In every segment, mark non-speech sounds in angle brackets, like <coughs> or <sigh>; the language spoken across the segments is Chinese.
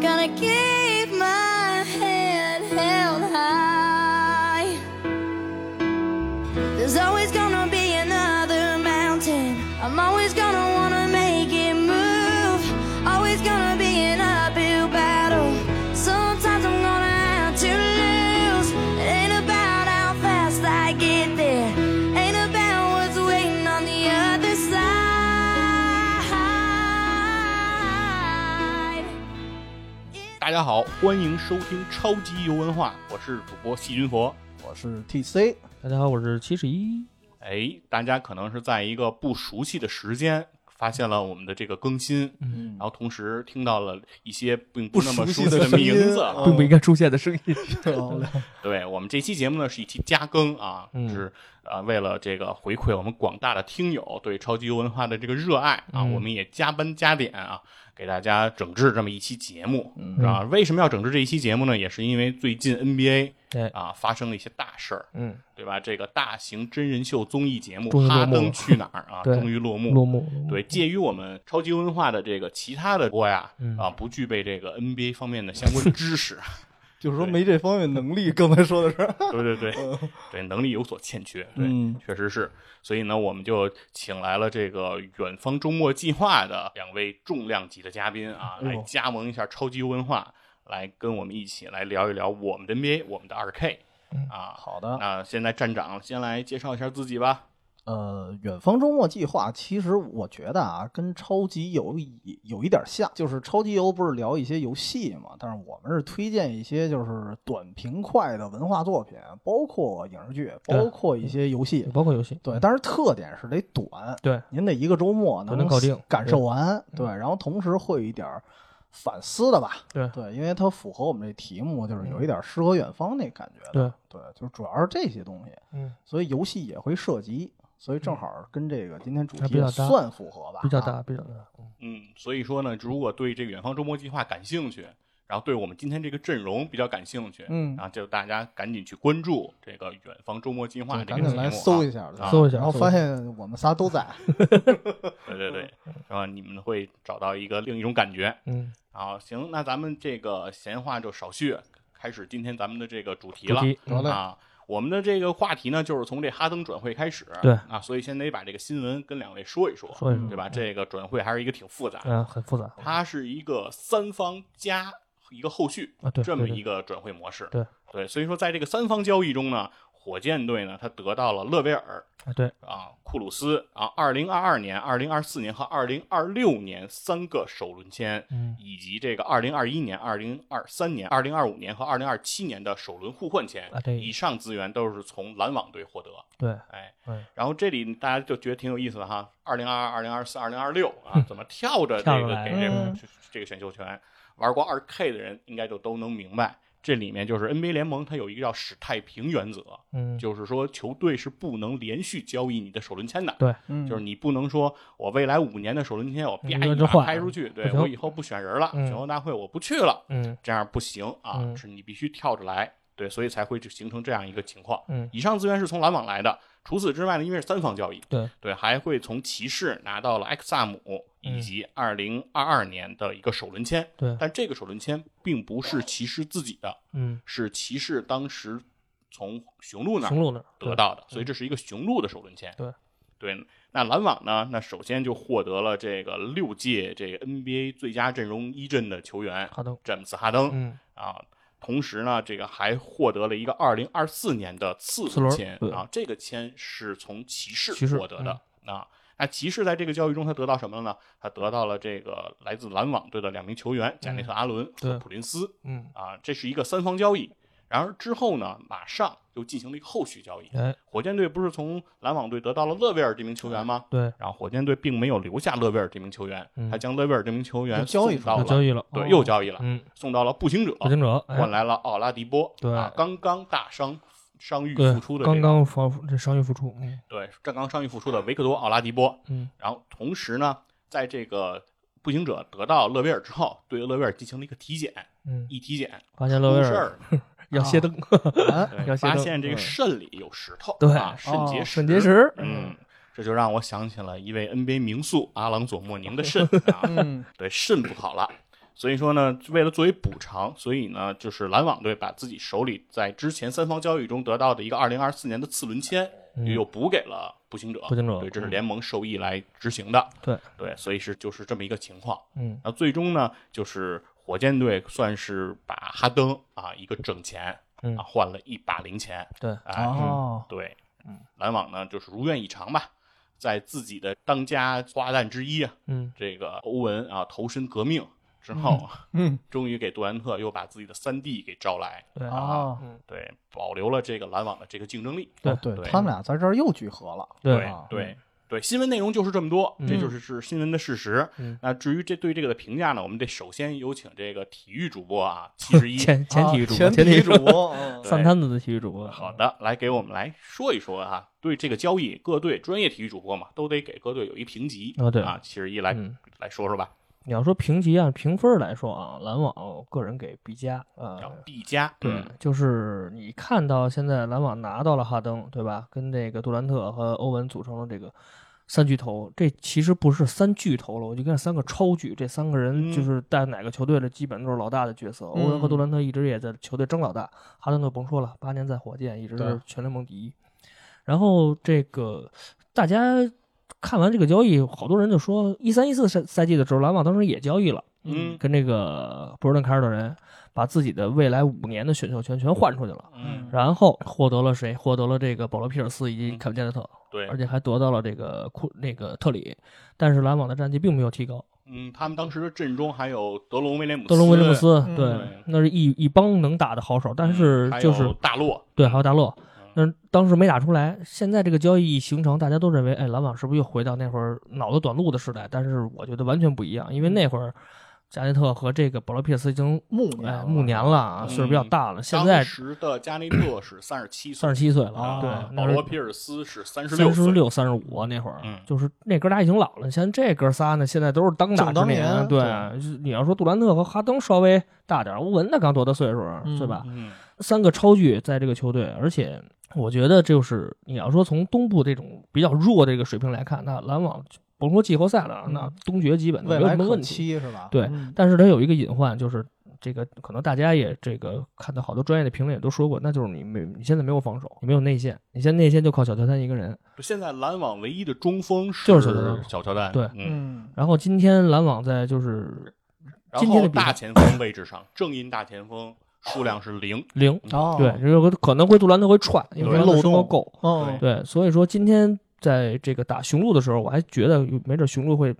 Gotta keep my head held high. There's always gonna be another mountain. I'm always gonna wanna make it move. Always gonna be an uphill battle. Sometimes I'm gonna have to lose. It ain't about how fast I get there. Ain't about what's waiting on the other side. 大家好，欢迎收听超级游文化，我是主播细菌佛。我是 TC，大家好，我是七十一。哎，大家可能是在一个不熟悉的时间发现了我们的这个更新，嗯然，后同时听到了一些并不那么不熟熟悉的悉声音名字。啊并不应该出现的声 <laughs> 音，对我们这期节目呢是一期加更啊，嗯是呃为了这个回馈我们广大的听友对超级游文化的这个热爱啊，嗯我们也加班加点啊，给大家整治这么一期节目，嗯是吧？为什么要整治这一期节目呢？也是因为最近 NBA 哎啊发生了一些大事儿，嗯，对吧？这个大型真人秀综艺节目终于《落哈幕了登去哪儿》啊， <laughs> 对终于落幕。落幕，对，介于我们超级文化的这个其他的播呀，嗯啊，不具备这个 NBA 方面的相关知识， <laughs> <laughs> 就是说对没这方面能力，刚才说的是，对对对，对能力有所欠缺，对，嗯确实是。所以呢，我们就请来了这个远方周末计划的两位重量级的嘉宾啊，哎呦来加盟一下超级文化，来跟我们一起来聊一聊我们的 NBA，我们的二 K 嗯啊。 <laughs> 好的，那现在站长先来介绍一下自己吧。呃，远方周末计划，其实我觉得啊，跟超级游一有一点像，就是超级游不是聊一些游戏嘛，但是我们是推荐一些就是短平快的文化作品，包括影视剧，对包括一些游戏也，包括游戏，对，但是特点是得短，对，您得一个周末都能搞定感受完，对，嗯然后同时会有一点儿反思的吧，对对，因为它符合我们这题目，就是有一点诗和远方那感觉的，嗯对，对，就是主要是这些东西，嗯，所以游戏也会涉及，所以正好跟这个今天主还题比也较搭算符合吧，比较啊，大，比较大，嗯，所以说呢，如果对这个远方周末计划感兴趣，然后对我们今天这个阵容比较感兴趣，嗯，啊，就大家赶紧去关注这个远方周末计划这赶个节紧目、啊，来搜一下，啊搜一下，然后发现我们仨都 <laughs> 在，对对对，嗯然后你们会找到一个另一种感觉。嗯，啊，行，那咱们这个闲话就少叙，开始今天咱们的这个主题主了。题，好嘞啊，我们的这个话题呢，就是从这哈登转会开始。对啊，所以先得把这个新闻跟两位说一说，说一说嗯对吧？这个转会还是一个挺复杂的，嗯，很复杂它是一个三方加一个后续啊，对，这么对一个转会模式。对对，所以说在这个三方交易中呢，火箭队呢，他得到了勒维尔，对啊，对，啊，库鲁斯啊，二零二二年、二零二四年和二零二六年三个首轮签，嗯以及这个二零二一年、二零二三年、二零二五年和二零二七年的首轮互换签啊，对以上资源都是从篮网队获得。对，哎嗯，然后这里大家就觉得挺有意思的哈，二零二二、二零二四、二零二六啊，怎么跳着这嗯跳着个来给这个嗯这个选秀权？玩过二 K 的人应该就都能明白，这里面就是 NBA 联盟它有一个叫史太平原则，嗯，就是说球队是不能连续交易你的首轮签的。嗯，就是你不能说我未来五年的首轮签我啪嗯一那就把换拍出去，对不行我以后不选人了，嗯选秀大会我不去了，嗯这样不行啊，嗯是你必须跳着来，对，所以才会就形成这样一个情况。嗯以上资源是从篮网来的，除此之外呢，因为是三方交易，对对，还会从骑士拿到了埃克萨姆以及二零二二年的一个首轮签，嗯对但这个首轮签并不是骑士自己的，嗯，是骑士当时从雄鹿那儿雄鹿那儿得，到的，所以这是一个雄鹿的首轮签。对对，那篮网呢？那首先就获得了这个六届这个 NBA 最佳阵容一阵的球员对哈登，詹姆斯哈登、嗯，啊，同时呢，这个还获得了一个2024年的次次轮签对啊，这个签是从骑士骑士嗯获得的、啊。那骑士在这个交易中，他得到什么了呢？他得到了这个来自篮网队的两名球员贾内特·阿伦和嗯对普林斯。嗯啊，这是一个三方交易。然而之后呢，马上就进行了一个后续交易。哎，火箭队不是从篮网队得到了勒维尔这名球员吗？对，然后火箭队并没有留下勒维尔这名球员，嗯他将勒维尔这名球员又交易送出到来那了，交易了，对，哦又交易了，嗯，送到了步行者，步行者，哎换来了奥拉迪波，对啊，刚刚大伤伤愈对复出的这刚个刚防这伤愈复出，嗯对，正刚伤愈复出的维克多·奥拉迪波。嗯，然后同时呢，在这个步行者得到勒维尔之后，对勒维尔进行了一个体检，嗯，一体检发现勒维出事尔儿，要啊谢灯， <laughs> 哎对要谢发灯现这个嗯肾里有石头，对啊，肾结石，哦肾结石嗯。这就让我想起了一位 NBA 名宿阿朗佐·莫宁的 <laughs> 肾啊，嗯，对肾不好了，所以说呢，为了作为补偿，所以呢，就是篮网队把自己手里在之前三方交易中得到的一个2024年的次轮签，嗯又补给了步行者，步行者嗯对，这是联盟受益来执行的，对对，所以是就是这么一个情况。嗯，那最终呢，就是火箭队算是把哈登啊一个整钱，嗯啊换了一把零钱，对哎，哦，对，嗯篮网呢就是如愿以偿吧，在自己的当家花旦之一啊，嗯，这个欧文啊投身革命之后啊，嗯，终于给杜兰特又把自己的三 D 给招来，对啊，对，保留了这个篮网的这个竞争力。对哦对对他们俩在这儿又聚合了，对啊对对，新闻内容就是这么多，这嗯就是是新闻的事实。嗯那至于这对这个的评价呢，我们得首先有请这个体育主播啊，七十一 <laughs> 前前体育主播，前体育主播，播， <laughs> 嗯散摊子的体育主播，好的来给我们来说一说啊，对这个交易，各队专业体育主播嘛，都得给各队有一评级啊对啊，七十一来嗯来说说吧，你要说评级啊，评分来说啊，篮网我个人给 B 加，呃，叫 B 加，对哦嗯，就是你看到现在篮网拿到了哈登，对吧？跟这个杜兰特和欧文组成了这个三巨头，这其实不是三巨头了，我就跟三个超巨，这三个人嗯就是带哪个球队的基本都是老大的角色。欧文和杜兰特一直也在球队争老大，哈登就甭说了，八年在火箭一直对是全联盟第一。然后这个大家看完这个交易，好多人就说一三一四赛赛季的时候，篮网当时也交易了，嗯跟这个博尔顿凯尔特人把自己的未来五年的选秀权全换出去了，嗯，然后获得了谁？获得了这个保罗皮尔斯以及凯文加内特，对而，且还得到了这个库那个特里，但是篮网的战绩并没有提高。嗯，他们当时的阵中还有德隆威廉姆斯，德隆威廉姆，斯，嗯对对，嗯那是一一帮能打的好手，但是就是大洛，对，还有大洛嗯，那当时没打出来。现在这个交易一形成，大家都认为，哎，篮网是不是又回到那会儿脑子短路的时代？但是我觉得完全不一样，因为那会儿加内特和这个保罗皮尔斯已经暮哎年暮年了啊，嗯岁数比较大了。现当在时的加内特是三十七岁三。十七岁了，啊对，那保是罗皮尔斯是三十三岁十，六、三十五啊那会儿嗯，就是那哥俩已经老了。像这哥仨呢，现在都是当打正之当年年。对，就是你要说杜兰特和哈登稍微大点儿，欧文那刚多大岁数，嗯对吧？嗯，三个超巨在这个球队，而且我觉得就是你要说从东部这种比较弱的这个水平来看，那篮网甭说季后赛了啊，嗯那东决基本都未没有来什么可问题。期是吧？对嗯但是它有一个隐患，就是这个可能大家也这个看到好多专业的评论也都说过，那就是你没你现在没有防守，你没有内线，你现在内线就靠小乔丹一个人。现在篮网唯一的中锋是就是小乔丹小乔丹，对嗯，嗯，然后今天篮网在就是然今天后的比赛大前锋位置上，正印大前锋数量是零，嗯零，哦，对，这个可能会杜兰特会串，因对为杜兰特漏身高洞够。嗯，对，所以说今天在这个打雄鹿的时候，我还觉得有没准雄鹿会，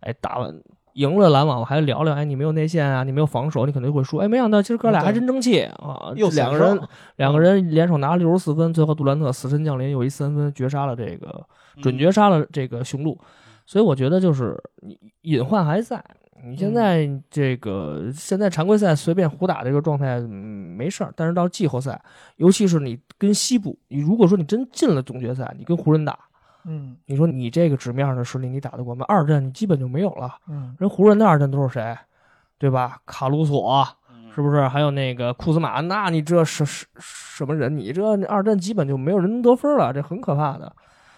哎，打完赢了篮网，我还聊聊，哎，你没有内线啊，你没有防守，你可能会输。哎，没想到今儿哥俩还嗯对真争气啊，又两个损人伤两个人联手拿了六十四分，最后杜兰特死神降临又一三分绝杀了这个准绝杀了这个雄鹿，所以我觉得就是你隐患还在。你现在这个现在常规赛随便胡打这个状态、嗯、没事儿，但是到季后赛，尤其是你跟西部，你如果说你真进了总决赛，你跟湖人打，嗯你说你这个纸面上的实力你打得过吗？二战你基本就没有了，嗯，人湖人的二战都是谁，对吧？卡鲁索嗯是不是？还有那个库兹马，那你这是什什么人？你这二战基本就没有人能得分了，这很可怕的。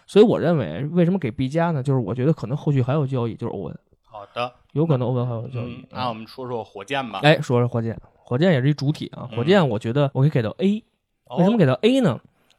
所以我认为，为什么给 B 加呢？就是我觉得可能后续还有交易，就是欧文，好的，有可能欧文还有交易嗯。，那我们说说火箭吧。哎，说说火箭，火箭也是一主体啊。嗯火箭，我觉得我可以给到 A，、哦，为什么给到 A 呢？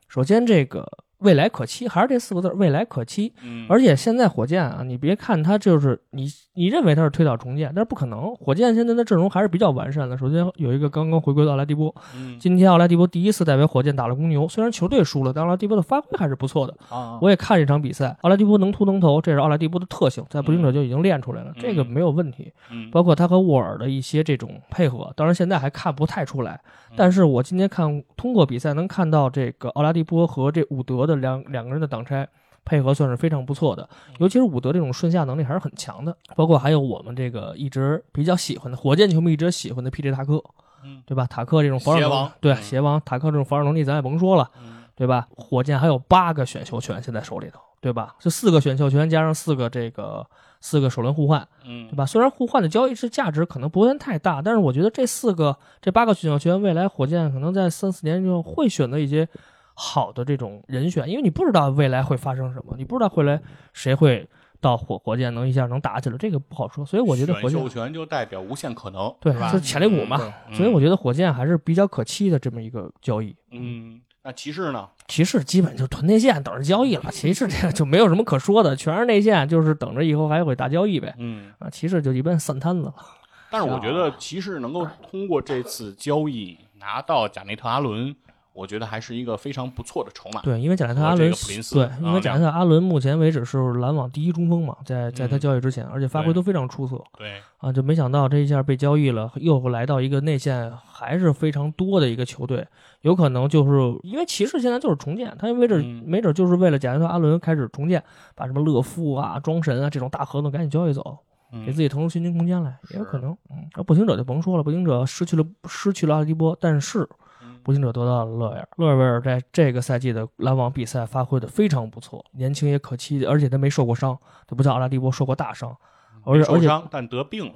首先，这个未来可期，还是这四个字儿未来可期。嗯，而且现在火箭啊，你别看它就是你你认为它是推倒重建，但是不可能。火箭现在的阵容还是比较完善的。首先有一个刚刚回归的奥莱迪波，嗯今天奥莱迪波第一次代表火箭打了公牛，虽然球队输了，但奥莱迪波的发挥还是不错嗯的。啊，我也看这场比赛，奥莱迪波能突能投，这是奥莱迪波的特性，在步行者就已经练出来了，这个没有问题。嗯包括他和沃尔的一些这种配合，当然现在还看不太出来，嗯但是我今天看通过比赛能看到这个奥拉迪波和这伍德的两两个人的挡拆。配合算是非常不错的，嗯尤其是伍德这种顺下能力还是很强的。包括还有我们这个一直比较喜欢的火箭球迷一直喜欢的 PJ 塔克，嗯对吧？塔克这种防守鞋能王力，对嗯鞋王塔克这种防守能力咱也甭说了，嗯对吧？火箭还有八个选秀权现在手里头，对吧？这四个选秀权加上四个这个四个首轮互换，嗯对吧？虽然互换的交易是价值可能不算太大，但是我觉得这四个、这八个选秀权，未来火箭可能在三四年之后会选择一些好的这种人选，因为你不知道未来会发生什么，你不知道未来谁会到火火箭能一下能打起来，这个不好说。所以我觉得火选箭秀权就代表无限可能，对是吧？就是潜力股嘛，嗯所以我觉得火箭还是比较可期的这么一个交易。嗯，那骑士呢？骑士基本就是囤内线等着交易了，骑士这个就没有什么可说的，全是内线，就是等着以后还会大交易呗。嗯，啊，骑士就一般散摊子了。但是我觉啊得骑士能够通过这次交易拿到贾内特·阿伦，我觉得还是一个非常不错的筹码。对，因为贾内特和阿这伦个普是林斯对啊，因为贾内特阿伦目前为止是篮网第一中锋嘛，在在他嗯交易之前，而且发挥对都非常出色对啊，就没想到这一下被交易了，又来到一个内线还是非常多的一个球队，有可能就是因为骑士现在就是重建，他没准、嗯没准就是为了贾内特阿伦开始重建，把什么乐夫啊、庄神啊这种大合同赶紧交易走，嗯给自己腾出薪金空间来，也有可能。嗯，而步行者就甭说了，步行者失去了失去了阿迪波，但是嗯步行者得到了勒维尔。勒维尔在这个赛季的篮网比赛发挥的非常不错，年轻也可期，而且他没受过伤，就不像阿拉迪波受过大伤。而且嗯而受且伤但得病了。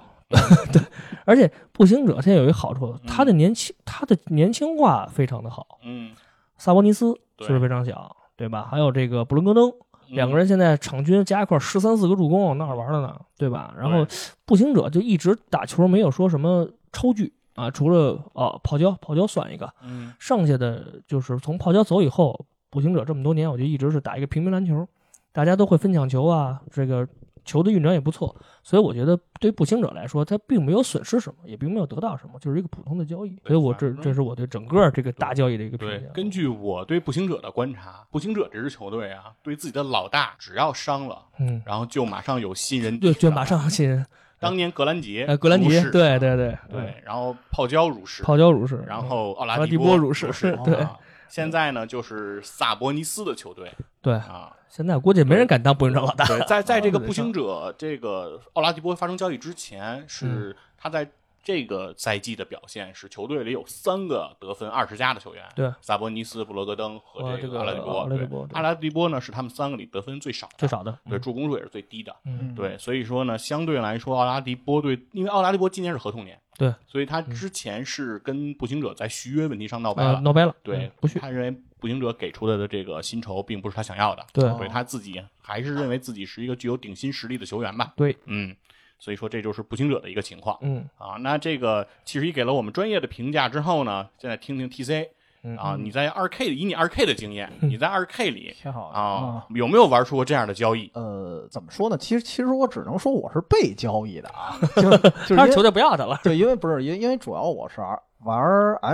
而且步行者现在有一个好处，他的年轻他的年轻化非常的好，嗯，萨博尼斯对嗯岁数非常小，对吧？还有这个布伦戈登，两个人现在场均加一块十三四个助攻，那好玩了呢，对吧？然后步行者就一直打球没有说什么超距啊，除了哦泡椒，泡椒算一个，嗯，剩下的就是从泡椒走以后，步行者这么多年，我就一直是打一个平民篮球，大家都会分抢球啊，这个球的运转也不错，所以我觉得对步行者来说，他并没有损失什么，也并没有得到什么，就是一个普通的交易。所以我这反正这是我对整个这个大交易的一个评对，价。啊根据我对步行者的观察，步行者这支球队啊，对自己的老大只要伤了，嗯，然后就马上有新人对，顶就上马上 <laughs> 新人，当年格兰杰，呃，格兰如杰，是啊对对对对，，然后泡椒如是，泡椒如是，然后奥奥拉拉迪迪波波如是，是， <laughs> 对啊现在呢，就是萨博尼斯的球队对，啊，现在估计没人敢当步行者 <laughs> 老大。对，在在这哦个步行者这个奥拉迪波发生交易之嗯前，是他在这个赛季的表现是球队里有三个得分二十加的球员，对，萨博尼斯、布罗格登和和这这个个奥拉迪波。奥拉迪对波对阿拉迪波呢是他们三个里得分最少的，最少的，对，助攻数也是最低的。嗯对，所以说呢，相对来说，奥拉迪波对，因为奥拉迪波今年是合同年，对，所以他之前是跟步行者在续约问题上闹掰呃，了。嗯闹掰了，对嗯，不去，他认为步行者给出的的这个薪酬并不是他想要的，对对他自己还是认为自己是一个具有顶薪实力的球员吧。对，嗯，所以说这就是步行者的一个情况嗯，啊。那这个其实一给了我们专业的评价之后呢，现在听听 TC 嗯啊，你在二 K 以你二 K 的经验，你在二 K 里挺好的啊，有没有玩出过这样的交易？呃，怎么说呢？其实其实我只能说我是被交易的啊， <laughs> 就是就是因他是为球队不要他了，对，因为不是因为因为主要我是玩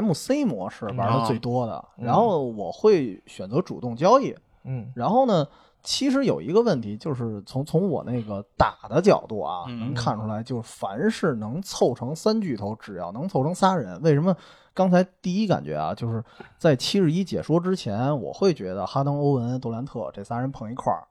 MC 模式玩的最多的，然后我会选择主动交易，嗯然后呢，其实有一个问题就是从从我那个打的角度啊，嗯能看出来，就是凡是能凑成三巨头，只要能凑成仨人，为什么？刚才第一感觉啊，就是在七十一解说之前，我会觉得哈登、欧文、杜兰特这仨人碰一块儿，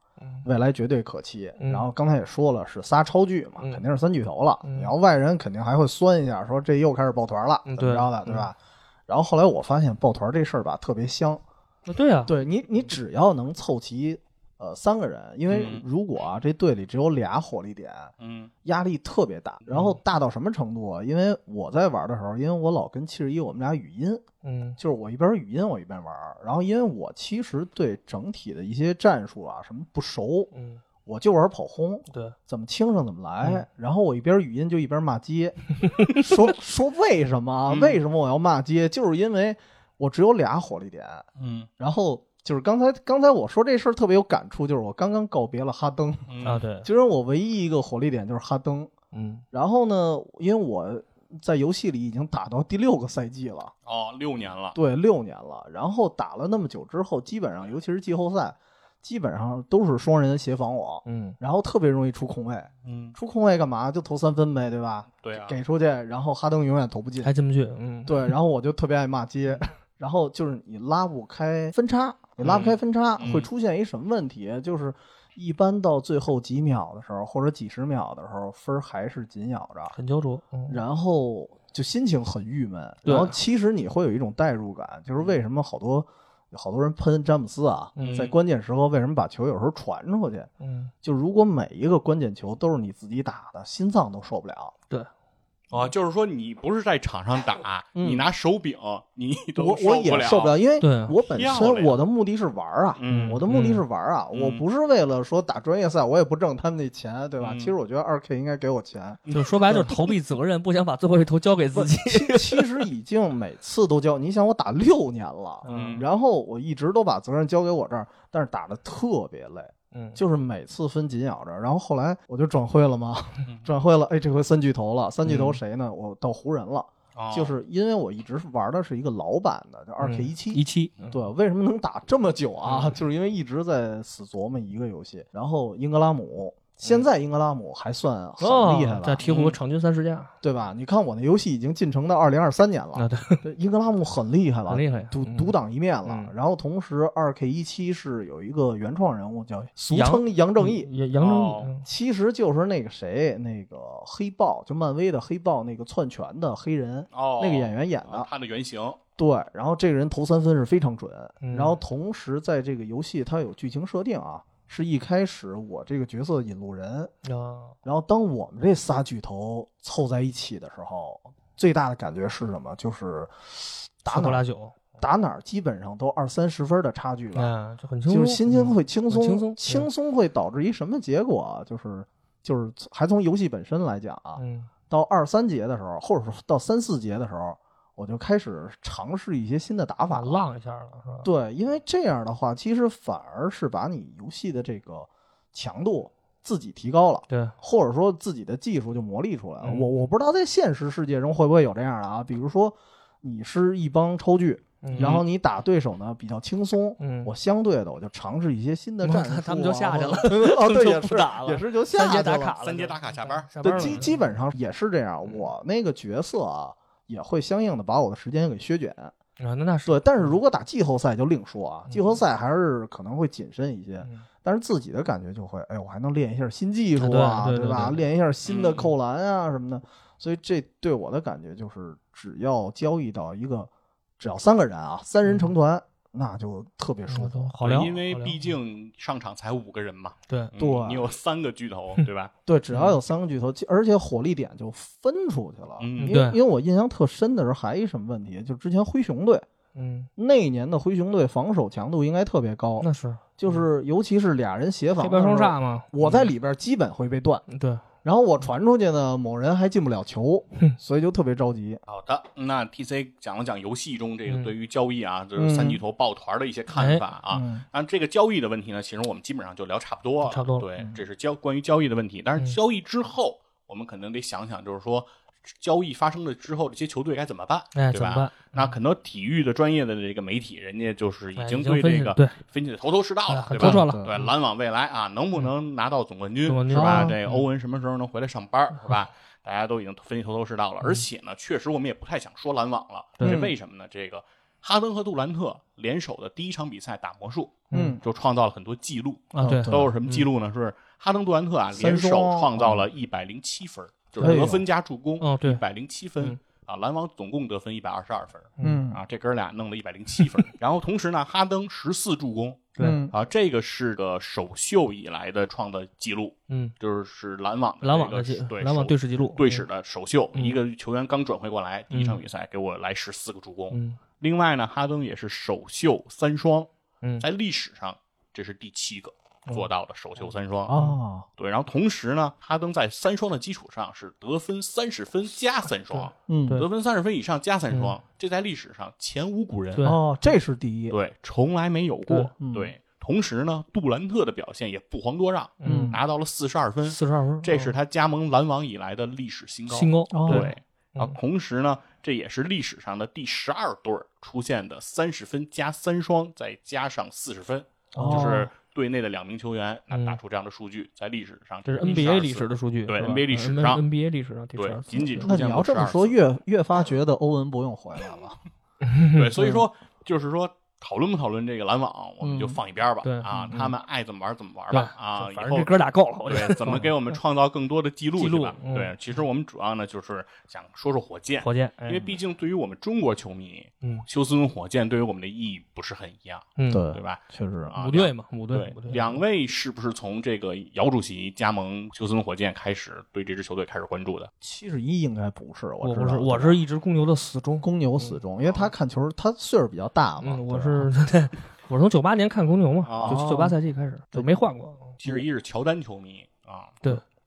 未来绝对可期。嗯然后刚才也说了，是仨超巨嘛，嗯肯定是三巨头了。嗯你要外人肯定还会酸一下，说这又开始抱团了，嗯怎么着的，对对吧？然后后来我发现抱团这事儿吧，特别香。那对啊，对你，你只要能凑齐呃三个人，因为嗯如果啊这队里只有俩火力点，嗯压力特别大。然后大到什么程度啊？因为我在玩的时候，因为我老跟七十一我们俩语音，嗯就是我一边语音我一边玩。然后因为我其实对整体的一些战术啊什么不熟，嗯，我就玩跑轰，对，怎么轻省怎么嗯来。然后我一边语音就一边骂街，说 <laughs> 说为什么啊？嗯为什么我要骂街？就是因为我只有俩火力点。嗯然后就是刚才刚才我说这事儿特别有感触，就是我刚刚告别了哈登， <laughs> 嗯啊，，对，其实我唯一一个火力点就是哈登。嗯，然后呢，因为我在游戏里已经打到第六个赛季了，哦，六年了，对，六年了。然后打了那么久之后，基本上尤其是季后赛，基本上都是双人协防网，嗯，然后特别容易出空位。嗯，出空位干嘛？就投三分呗，对吧？对啊，给出去，然后哈登永远投不进。还进不去，嗯，对，然后我就特别爱骂街，然后就是你拉不开分差，你拉不开分差、嗯会出现一什么问题？就是一般到最后几秒的时候，或者几十秒的时候，分儿还是紧咬着，很焦灼，嗯，然后就心情很郁闷。对然后其实你会有一种代入感，就是为什么好多好多人喷詹姆斯啊，嗯在关键时刻为什么把球有时候传出去？嗯，就如果每一个关键球都是你自己打的，心脏都受不了。对，啊，就是说你不是在场上打，嗯你拿手柄，你都我我也受不了，嗯了，因为对我本漂身亮我的目的是玩儿啊，嗯我的目的是玩儿啊，嗯我不是为了说打专业赛，我也不挣他们那钱，对吧？嗯其实我觉得二 K 应该给 <laughs> 我钱，就说白了就是逃避责任，不想把最后一投交给自己，其其实已经每次都交，你想我打六年了，嗯然后我一直都把责任交给我这儿，但是打的特别累， <laughs> 嗯，就是每次分紧咬着，然后后来我就转会了嘛，嗯转会了，哎，这回三巨头了，三巨头谁呢？我到湖人了，哦就是因为我一直玩的是一个老版的，就二 K 一七嗯一期，对，为什么能打这么久嗯啊？就是因为一直在死琢磨一个游戏。然后英格拉姆，现在英格拉姆还算很嗯哦厉害，了，在鹈鹕场均三十加，对吧？你看我那游戏已经进程到二零二三年啊了，对，对英格拉姆很厉害了， <laughs> 很厉害呀独嗯独当一面了嗯。然后同时，二 K 一七是有一个原创人物叫俗杨嗯称杨正义。杨杨哦正义，其实就是那个谁，那个黑豹，就漫威的黑豹那个篡权的黑人，哦那个演员演的啊，他的原型，对，然后这个人投三分是非常准，嗯然后同时在这个游戏它有剧情设定啊，是一开始我这个角色引路人，嗯啊，然后当我们这仨巨头凑在一起的时候，最大的感觉是什么？就是打斯哪普拉儿九，打哪儿基本上都二三十分的差距了，啊，就很轻松，就是心情会轻松，嗯轻松轻松会导致一什么结果啊？就是就是还从游戏本身来讲啊，嗯，到二三节的时候，或者说到三四节的时候，我就开始尝试一些新的打法把了。浪一下了，是吧？对，因为这样的话，其实反而是把你游戏的这个强度自己提高了，对，或者说自己的技术就磨砺出来了。嗯我我不知道在现实世界中会不会有这样的啊，比如说你是一帮超巨，嗯然后你打对手呢比较轻松，嗯我相对的我就尝试一些新的哇战术啊、他们就下去了 <laughs> 哦，对，就也不是打了也是就下三去节了。打卡了，嗯三节打卡下班，下班对，了基基本上也是这样。嗯我那个角色啊，也会相应的把我的时间给削减。啊，那那是对，但是如果打季后赛就另说啊，嗯季后赛还是可能会谨慎一些，嗯但是自己的感觉就会，哎，我还能练一下新技术啊啊，对对对吧？对对嗯练一下新的扣篮啊什么的。所以这对我的感觉就是，只要交易到一个，只要三个人啊，三嗯人成团，那就特别舒服。好聊，嗯因为好聊毕竟上场才五个人嘛，对嗯对你有三个巨 <laughs> 头，对吧？对，只嗯要有三个巨头，其而且火力点就分出去了。嗯因对为因为我印象特深的时候，还一什么问题，就之前灰熊队嗯，那一年的灰熊队防守强度应该特别高，那是就是尤其是俩人协防，黑白双煞。嘛，我在里边基本会被断，嗯对，然后我传出去呢，某人还进不了球，所以就特别着急。好的，那 T C 讲了讲游戏中这个嗯对于交易啊，就是三巨头抱团的一些看法啊。嗯那这个交易的问题呢，其实我们基本上就聊差不多了。差不多了对，嗯这是交关于交易的问题。但是交易之后，我们可能得想想，就是说交易发生了之后，这些球队该怎么办，哎，对怎么吧？办？那很多体育的专业的这个媒体，人家就是已哎经已经对分这析个对分析的头头是道哎了，很对透吧彻？嗯了，嗯对，篮网未来啊，能不能拿到总冠军，总冠军啊嗯是吧？哦这个欧文什么时候能回来上班， <laughs> 是吧？大家都已经分析头头是道了。而且呢，确实我们也不太想说篮网了，嗯对这为什么呢？这个哈登和杜兰特联手的第一场比赛打魔术，嗯就创造了很多记录，啊，对嗯，都是什么记录呢？是哈登、杜兰特啊三联手双创造了一百零七分，就是得分加助攻，哦一对，百零七分嗯啊。篮网总共得分一百二十二分嗯啊，这哥俩弄了一百零七 <laughs> 分。然后同时呢，哈登十四助攻，对嗯啊，这个是个首秀以来的创的记录，嗯，就是是篮网的篮这网个的是记对篮网首队史记录，队史的首秀，嗯一个球员刚转会过来，第一场嗯比赛给我来十四个助攻。嗯，另外呢，哈登也是首秀三双，嗯嗯，在历史上这是第七个，哦做到了首秀三双。啊，对，然后同时呢，哈登在三双的基础上是得分三十分加三双，嗯，对嗯得分三十分以上加三双，这在历史上前无古人。对哦，这是第一，对，从来没有对过。嗯对，同时呢，杜兰特的表现也不遑多让，嗯拿到了四十二分，嗯四十二分，这是他加盟篮网以来的历史新高。新高，哦对，然后嗯同时呢，这也是历史上的第十二对儿出现的三十分加三双，再加上四十分，哦就是队内的两名球员那嗯打出这样的数据，在历史上这是第12 NBA 次历史的数据，对是吧 NBA 历史嗯上 NBA 历史上第对十二次，仅仅出那你见要过这么12说，次越越发觉得欧文不用回来了。嗯对，所以说就是说。讨论不讨论这个篮网，我们就嗯放一边儿吧。对嗯啊，他们爱怎么玩怎么玩对吧。啊，以反正后这歌打够了，我觉对， <laughs> 得怎么给我们创造更多的记录记去录吧？嗯对，其实我们主要呢就是想说说火箭，火箭，因为毕竟对于我们中国球迷，嗯休斯顿火箭对于我们的意义不是很一样，嗯对对吧？确实啊，五队嘛，五队对，五队，两位是不是从这个姚主席加盟休斯顿火箭开始，对这支球队开始关注的？七十一应该不是，我知不是，道我是一直公牛的死忠，公牛死忠，因为他看球，他岁数比较大嘛。嗯，我对吧是对， <laughs> 我是从九八年看公牛嘛，啊哦九九八赛季开始就没换过，其实一是乔丹球迷啊，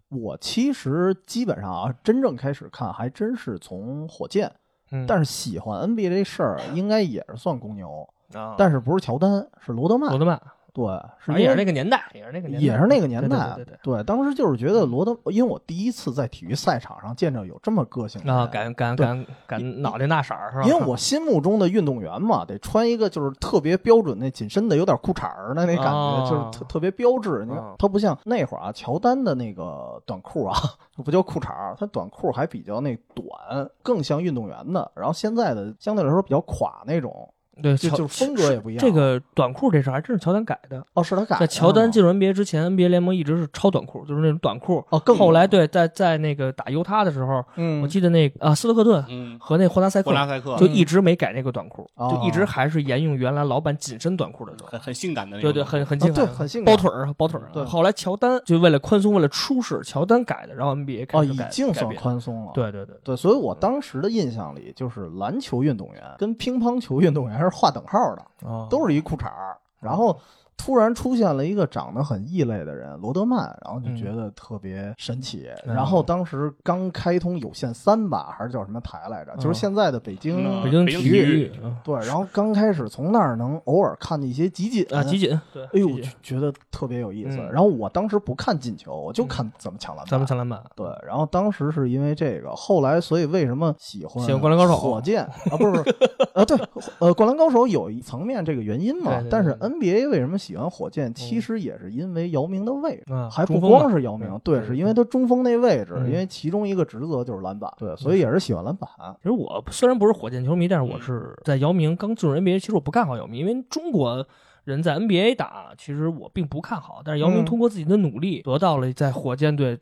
我其实基本上啊，真正开始看还真是从火箭，嗯，但是喜欢 NBA 这事儿应该也是算公牛，啊但是不是乔丹，是罗德曼罗。德曼对，反是正因也是为那个年代，也是那个年代，也是那个年对啊代，对对对嗯对，当时就是觉得罗德，因为我第一次在体育赛场上见着有这么个性的对，啊，人敢敢哎对敢敢脑袋那色儿是吧？因为我心目中的运动员嘛，得穿一个就是特别标准那紧身的，有点裤衩儿的那感觉，哦就是特特别标志。你看，嗯他不像那会儿啊，乔丹的那个短裤啊， <laughs> 不叫裤衩儿，他短裤还比较那短，更像运动员的。然后现在的相对来说比较垮那种，对就乔就是风格也不一样啊这个短裤这事儿还真是乔丹改的，哦，是他改的吗。在乔丹进入 NBA 之前，NBA 联盟一直是超短裤，就是那种短裤。哦，更后来对，在在那个打犹他的时候，嗯，我记得那个啊斯特克顿嗯，和那霍纳塞克霍纳塞克就一直没改那个短裤，哦就一直还是沿用原来老版紧身短裤的种。很很性感的那对种，对，很很啊性对感，很性包感腿儿包腿儿。对后来乔丹就为了宽松，为了舒适，乔丹改的，然后 NBA 开哦，始已改经改算变。宽松了。对对对，对，所以我当时的印象里，就是篮球运动员跟乒乓球运动员是划等号的。啊，都是一裤衩儿，然后突然出现了一个长得很异类的人罗德曼，然后就觉得特别神奇。嗯然后当时刚开通有线三吧，还是叫什么台来着？就是现在的北京。嗯嗯北京北京体体育育啊对，然后刚开始从那儿能偶尔看见一些集锦啊，集。锦，对，哎呦集，锦觉觉得特别有意思。嗯然后我当时不看进球，我就看怎么抢篮板。咱们抢篮板，对，然后当时是因为这个，后来所以为什么喜欢喜欢灌篮高手火箭啊，不是不是，啊对，呃，灌篮高手有一层面这个原因嘛，对对对但是对嗯 NBA 为什么喜欢火箭，其实也是因为姚明的位置。啊，还不中锋光嘛是姚明，嗯对，对是因为他中锋那位置，嗯因为其中一个职责就是篮板，对，所以也是喜欢篮板。其实我虽然不是火箭球迷，但是嗯我是在姚明刚进入 NBA，其实我不看好姚明，因为中国人在 NBA 打，其实我并不看好。但是姚明嗯通过自己的努力，得到了在火箭队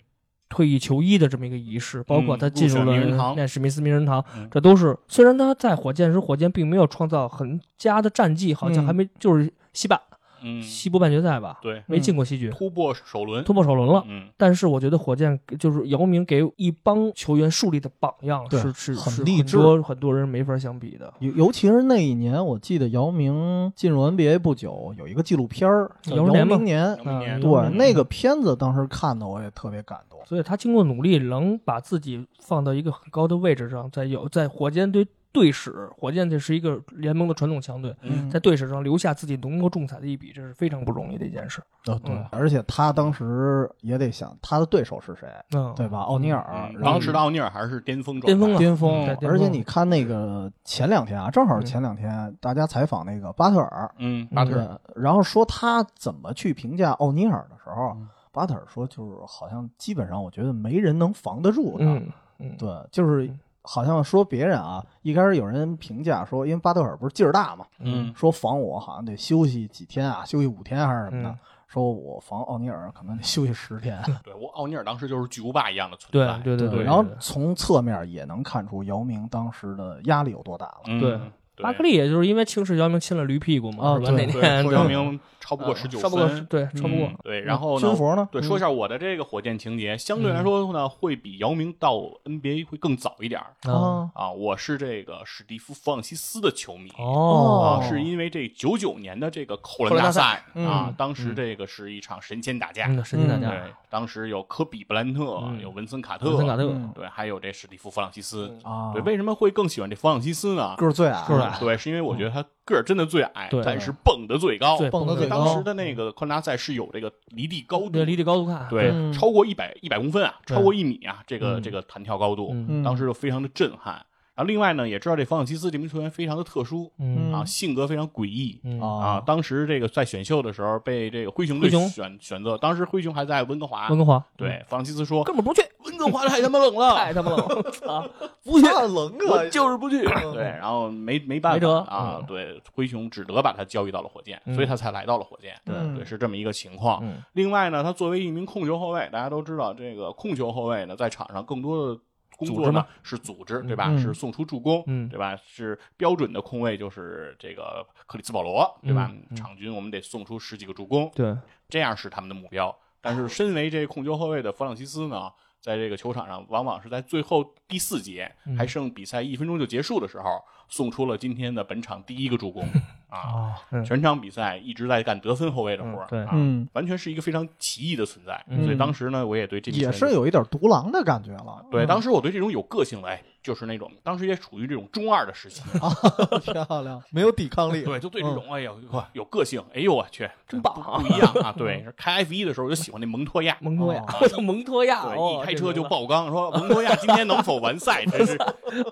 退役球衣的这么一个仪式，包括他进入嗯入选名人了堂那史密斯名人堂嗯，这都是虽然他在火箭时火箭并没有创造很佳的战绩，好像嗯还没就是西半嗯，西部半决赛吧，对，没进过西决，突破首轮，突破首轮了。嗯，但是我觉得火箭就是姚明给一帮球员树立的榜样，对是是很是励很志多很多人没法相比的。尤尤其是那一年，我记得姚明进入 NBA 不久，有一个纪录片儿叫《姚姚明年嘛明年》，姚明年对，嗯那个片子当时看的我也特别感动。所以他经过努力，能把自己放到一个很高的位置上，在有在火箭队队史，火箭队是一个联盟的传统强队，嗯在队史上留下自己浓墨重彩的一笔，这是非常不容易的一件事。啊，对嗯，而且他当时也得想他的对手是谁，嗯，对吧？奥尼尔嗯，然后当时的奥尼尔还是巅峰状态，巅峰了巅峰嗯对，巅峰而且你看那个前两天啊，正好是前两天大家采访那个巴特尔，嗯，巴特尔，对然后说他怎么去评价奥尼尔的时候，嗯巴特尔说就是好像基本上我觉得没人能防得住他，嗯嗯，对，就是好像说别人啊，一开始有人评价说，因为巴特尔不是劲儿大嘛，嗯说防我好像得休息几天啊，休息五天还是什么的，嗯说我防奥尼尔可能得休息十 <laughs> 天。对我奥尼尔当时就是巨无霸一样的存对在，对对对，然后从侧面也能看出姚明当时的压力有多大了。嗯对对巴克利也就是因为轻视姚明亲了驴屁股嘛，啊是吧？那对对，年郭晓明超不过嗯十九超不过分，对，超不过嗯。对，然后呢军？服呢？对，说一下我的这个火箭情节，相嗯对来说呢，会比姚明到 NBA 会更早一点儿啊啊，啊。我是这个史蒂夫·弗朗西斯的球迷，哦啊，是因为这九九年的这个扣篮扣篮大大赛赛啊嗯，当时这个是一场神仙打架，嗯，神奇大嗯家，对，当时有科比·布莱恩特，嗯有文森·卡文森卡特嗯嗯对，还有这史蒂夫·弗朗西斯。啊对，为什么会更喜欢这弗朗西斯呢？嗯个儿最矮，个儿矮对，是因为我觉得他个儿真的最矮对，但是蹦得最高。对蹦得得最高当时的那个宽大赛是有这个离地高度，对离地高度看，对，嗯超过一百一百公分啊，对超过一米啊，这个嗯这个弹跳高度，嗯嗯当时就非常的震撼。然后另外呢，也知道这弗朗西斯这名球员非常的特殊嗯啊，性格非常诡异。嗯啊，啊，当时这个在选秀的时候被这个灰熊队灰熊选选择，当时灰熊还在温哥华。温哥华，对，啊弗朗西斯说根本不去，温哥华太他妈冷了，太他妈冷了，啊操， <laughs> 不算棱我啊，就是不去。 <clears throat> 对，然后没没办没辙法啊嗯，对，灰熊只得把他交易到了火箭，所以他才来到了火箭。嗯对，是这么一个情况。嗯另外呢，他作为一名控球后卫，大家都知道，这个控球后卫呢，在场上更多的工组作织呢嘛是组织，对吧？嗯是送出助攻，嗯对吧？是标准的控卫，就是这个克里斯保罗，对嗯吧？场均我们得送出十几个助攻，对，这样是他们的目标。但哦是，身为这控球后卫的弗朗西斯呢，在这个球场上，往往是在最后第四节嗯还剩比赛一分钟就结束的时候，送出了今天的本场第一个助 <laughs> 攻啊！啊，嗯全场比赛一直在干得分后卫的活儿，嗯对啊嗯，完全是一个非常奇异的存在。嗯所以当时呢，我也对这名也球员是有一点独狼的感觉了。 <laughs> 对，嗯当时我对这种有个性的，哎，就是那种当时也处于这种中二的时期，嗯漂亮，没有抵抗 <laughs> 力。啊对，就对这种哎呦哇有个性，哎呦我去，嗯真棒啊不一样 <laughs> 啊！对，是开 F 一的时候我就喜欢那蒙托亚，蒙托亚哦， <laughs> 叫蒙托亚，对，哦一开车就，这爆缸，说蒙多亚今天能否完赛？这是名 字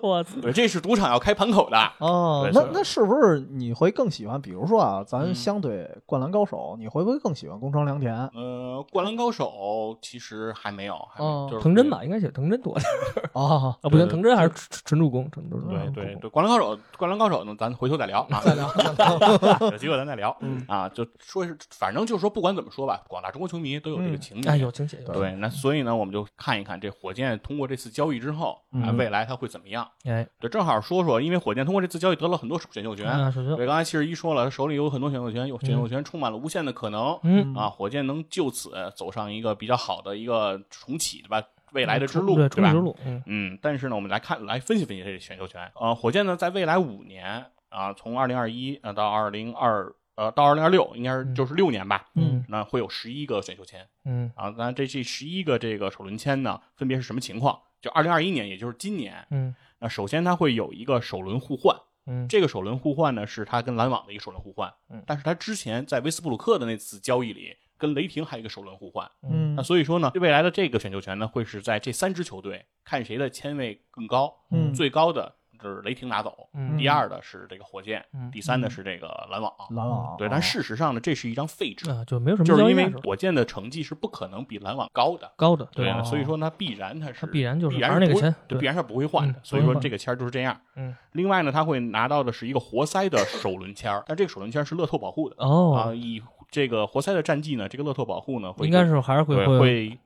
<laughs> 我操，对，这是赌场要开盘口的。哦对，那是那是不是你会更喜欢？比如说啊，咱嗯相对《灌篮高手》，你会不会更喜欢宫城良田？呃，灌篮高手其实还没有，还没哦就是藤真吧，应该写藤真多点儿 <laughs> 啊，啊，不行，对藤真还是纯纯助攻，纯助攻，对。纯嗯对助对攻对，灌篮高手，灌篮高手呢，咱回头再聊啊，再聊， <laughs> 有机会咱再聊啊。就说是，反正就是说，不管怎么说吧，广大中国球迷都有这个嗯情节。哎，有情节，有情对，那所以呢，我们就看一看这火箭通过这次交易之后，啊，嗯未来它会怎么样？节哎，对，正好说说，因为火箭通过这次交易得了很多选秀权，啊，首先，对，刚才七十一说了，手里有很多选秀权，有选秀权充满了无限的可能、嗯，啊！火箭能就此走上一个比较好的一个重启对吧，未来的之路，对对，重启吧之？路，嗯，嗯，但是呢，我们来看来分析分析这选秀权。呃，火箭呢，在未来五年啊，从二零二一呃到二零二呃到二零二六，应该是嗯就是六年吧，嗯那会有十一个选秀签嗯啊。那这这十一个这个首轮签呢，分别是什么情况？就二零二一年，也就是今年，嗯那首先它会有一个首轮互换。嗯，这个首轮互换呢，是他跟篮网的一个首轮互换，嗯但是他之前在威斯布鲁克的那次交易里，跟雷霆还有一个首轮互换，嗯那所以说呢，未来的这个选秀权呢，会是在这三支球队看谁的签位更高，嗯最高的就是雷霆拿走，嗯第二的是这个火箭，嗯第三的是这个篮网，篮网嗯对，但事实上呢，这是一张废纸，啊，就没有什么就是交易因价为值火箭的成绩是不可能比篮网高的。高的，对吧啊，所以说呢，必然它是哦它必然就是必然还是那个不会签对，对必然是不会换的。嗯所以说不会换这个签儿就是这样。嗯，另外呢，他会拿到的是一个活塞的首轮签儿，但这个首轮签儿是乐透保护的啊。哦，以这个活塞的战绩呢，这个乐透保护呢，会应该是还是对会会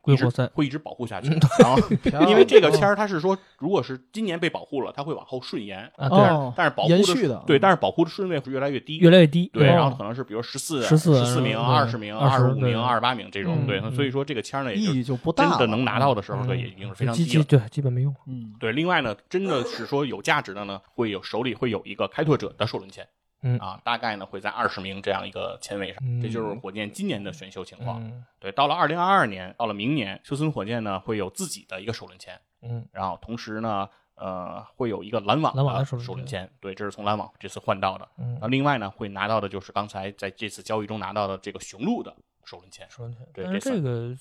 归一直活塞嗯会一直保护下去。然 <laughs> 后， <laughs> 漂亮因为这哦个签儿它是说，如果是今年被保护了，它会往后顺延，啊，对，哦，但是保护延续对，但是保护的顺位会越来越低，越来越低，对，哦然后可能是比如十四、 14十四名、对二十名、 20二十五对名、二十八名这种，嗯对，那嗯所以说这个签儿呢，也哦意就义就不真大的了能拿到的时候，对，也已经是非常基低基了。对基本没用，嗯对，另外呢，真的是说有价值的呢，会有手里会有一个开拓者的首轮签，嗯啊，大概呢会在二十名这样一个签位上，嗯这就是火箭今年的选秀情况。嗯对，到了二零二二年，到了明年，休斯顿火箭呢会有自己的一个首轮签，嗯然后同时呢，呃，会有一个篮网篮网的首首轮签轮签，对，这是从篮网这次换到的。那嗯，另外呢，会拿到的就是刚才在这次交易中拿到的这个雄鹿的首轮签。首轮签，对但是这算这个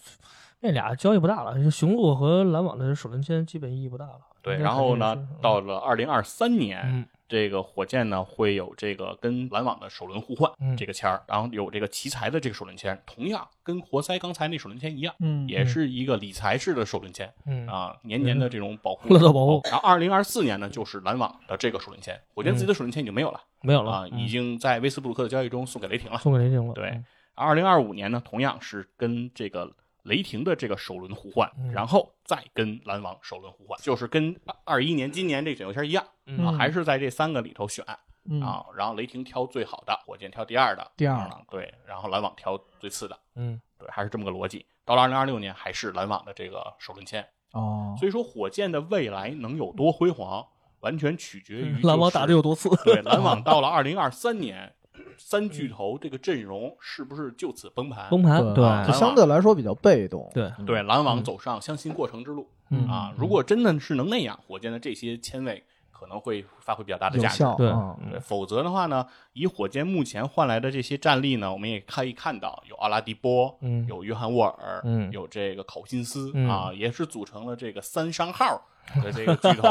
那俩交易不大了，就雄鹿和篮网的首轮签基本意义不大了，对，应该然后肯定呢是，嗯到了二零二三年，嗯这个火箭呢会有这个跟篮网的首轮互换、嗯这个签儿，然后有这个奇才的这个首轮签，同样跟活塞刚才那首轮签一样，嗯也是一个理财式的首轮签、嗯啊，年年的这种保护乐透保护然后二零二四年呢，就是篮网的这个首轮签，火箭自己的首轮签已经没有了、没有了啊，已嗯经在威斯布鲁克的交易中送给雷霆了。送给雷霆了，对嗯，二零二五年呢，同样是跟这个雷霆的这个首轮互换，嗯然后再跟篮网首轮互换，就是跟二一年今年这选秀签一样、嗯啊，还是在这三个里头选。嗯啊，然后雷霆挑最好的，火箭挑第二的，第二啊对，然后篮网挑最次的，嗯对，还是这么个逻辑。到了二零二六年，还是篮网的这个首轮签，哦，所以说火箭的未来能有多辉煌，完全取决于、 <laughs> 嗯篮网打的有。多次，对，篮网到了二零二三年，三巨头这个阵容是不是就此崩盘？ <laughs> 崩盘啊就对相对来说比较被动。对对，篮网走上相信过程之路、嗯啊！如果真的是能那样，火箭的这些签位可能会发挥比较大的有价值。效对啊，对，否则的话呢，以火箭目前换来的这些战力呢，我们也可以看到有阿拉迪波，嗯有约翰沃尔，嗯有这个考辛斯、嗯啊，也是组成了这个三商号的 <laughs> 这个巨头，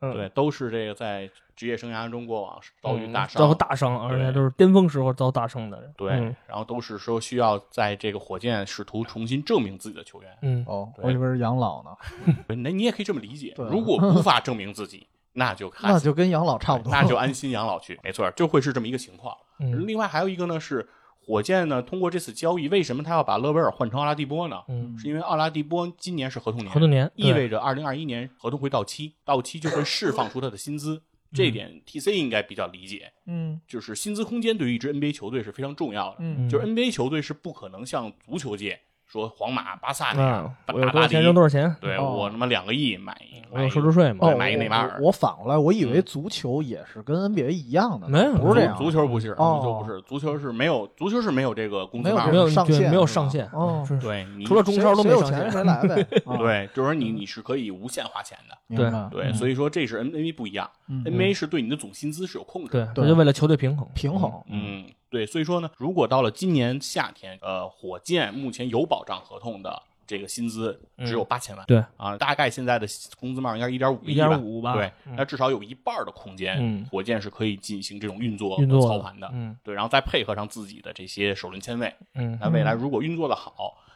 嗯对，都是这个在职业生涯中过往遭遇大嗯伤，遭大伤，而且对都是巅峰时候遭大伤的人，对，嗯然后都是说需要在这个火箭试图重新证明自己的球 <laughs> 员，嗯，哦，对我以为是养老呢，那你也可以这么理解，对如果无法证明自己，那就看那就跟养老差不多。 <laughs> 那就安心养老去，没错，就会是这么一个情况。嗯另外还有一个呢是火箭呢，通过这次交易，为什么他要把勒维尔换成奥拉迪波呢？嗯是因为奥拉迪波今年是合同年，合同年意味着二零二一年合同会到期，到期就会释放出他的薪嗯资，这点 TC 应该比较理解。嗯就是薪资空间对于一支 NBA 球队是非常重要的，嗯就是 NBA 球队是不可能像足球界说皇马、巴萨那样嗯，打我有打多巴少黎钱，扔多少钱，对哦我他妈两个亿买一，我买一有收支税嘛对，哦买一内马尔嗯我我反过来，我以为足球也是跟 NBA 一样的，没有不是这样。哎足足球不是，哦足球不是，足球是没有，足球是没有这个工没资帽有这的。没有种上对限没有是吧上限哦是对，你 <laughs> 除了中超都谁没谁有上钱限，谁来呗。 <laughs> 啊，对，就是说你你是可以无限花钱的，明白对，嗯所以说这是 NBA 不一样嗯，NBA 是对你的总薪资是有控制 <laughs> 对的，，他就为了球队平衡，平衡。嗯，对，所以说呢，如果到了今年夏天，呃，火箭目前有保障合同的这个薪资只有八千万，嗯对啊，大概现在的工资帽应该是一点五1.5吧对，嗯那至少有一半儿的空间，嗯火箭是可以进行这种运作运作和操盘的，嗯对，然后再配合上自己的这些首轮签位，嗯那未来如果运作的好，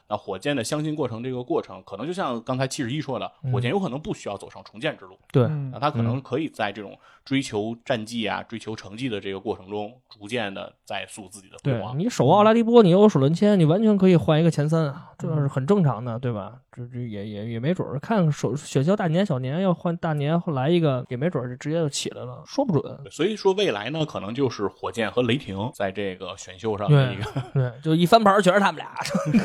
那火箭的相信过程这个过程，可能就像刚才七十一说的，嗯火箭有可能不需要走上重建之路，对，嗯那他可嗯能可以在这种追求战绩啊、追求成绩的这个过程中，逐渐的在塑自己的辉对煌。你守奥拉迪波，你又有首轮签，你完全可以换一个前三啊，这嗯是很正常的，对吧？这这也也也没准儿，看首选秀大年小年要换大年，后来一个也没准儿就直接就起来了，说 <laughs> 不准。对所以说未来呢，可能就是火箭和雷霆在这个选秀上的对一个 <laughs> 对，就一翻牌儿全是他们俩，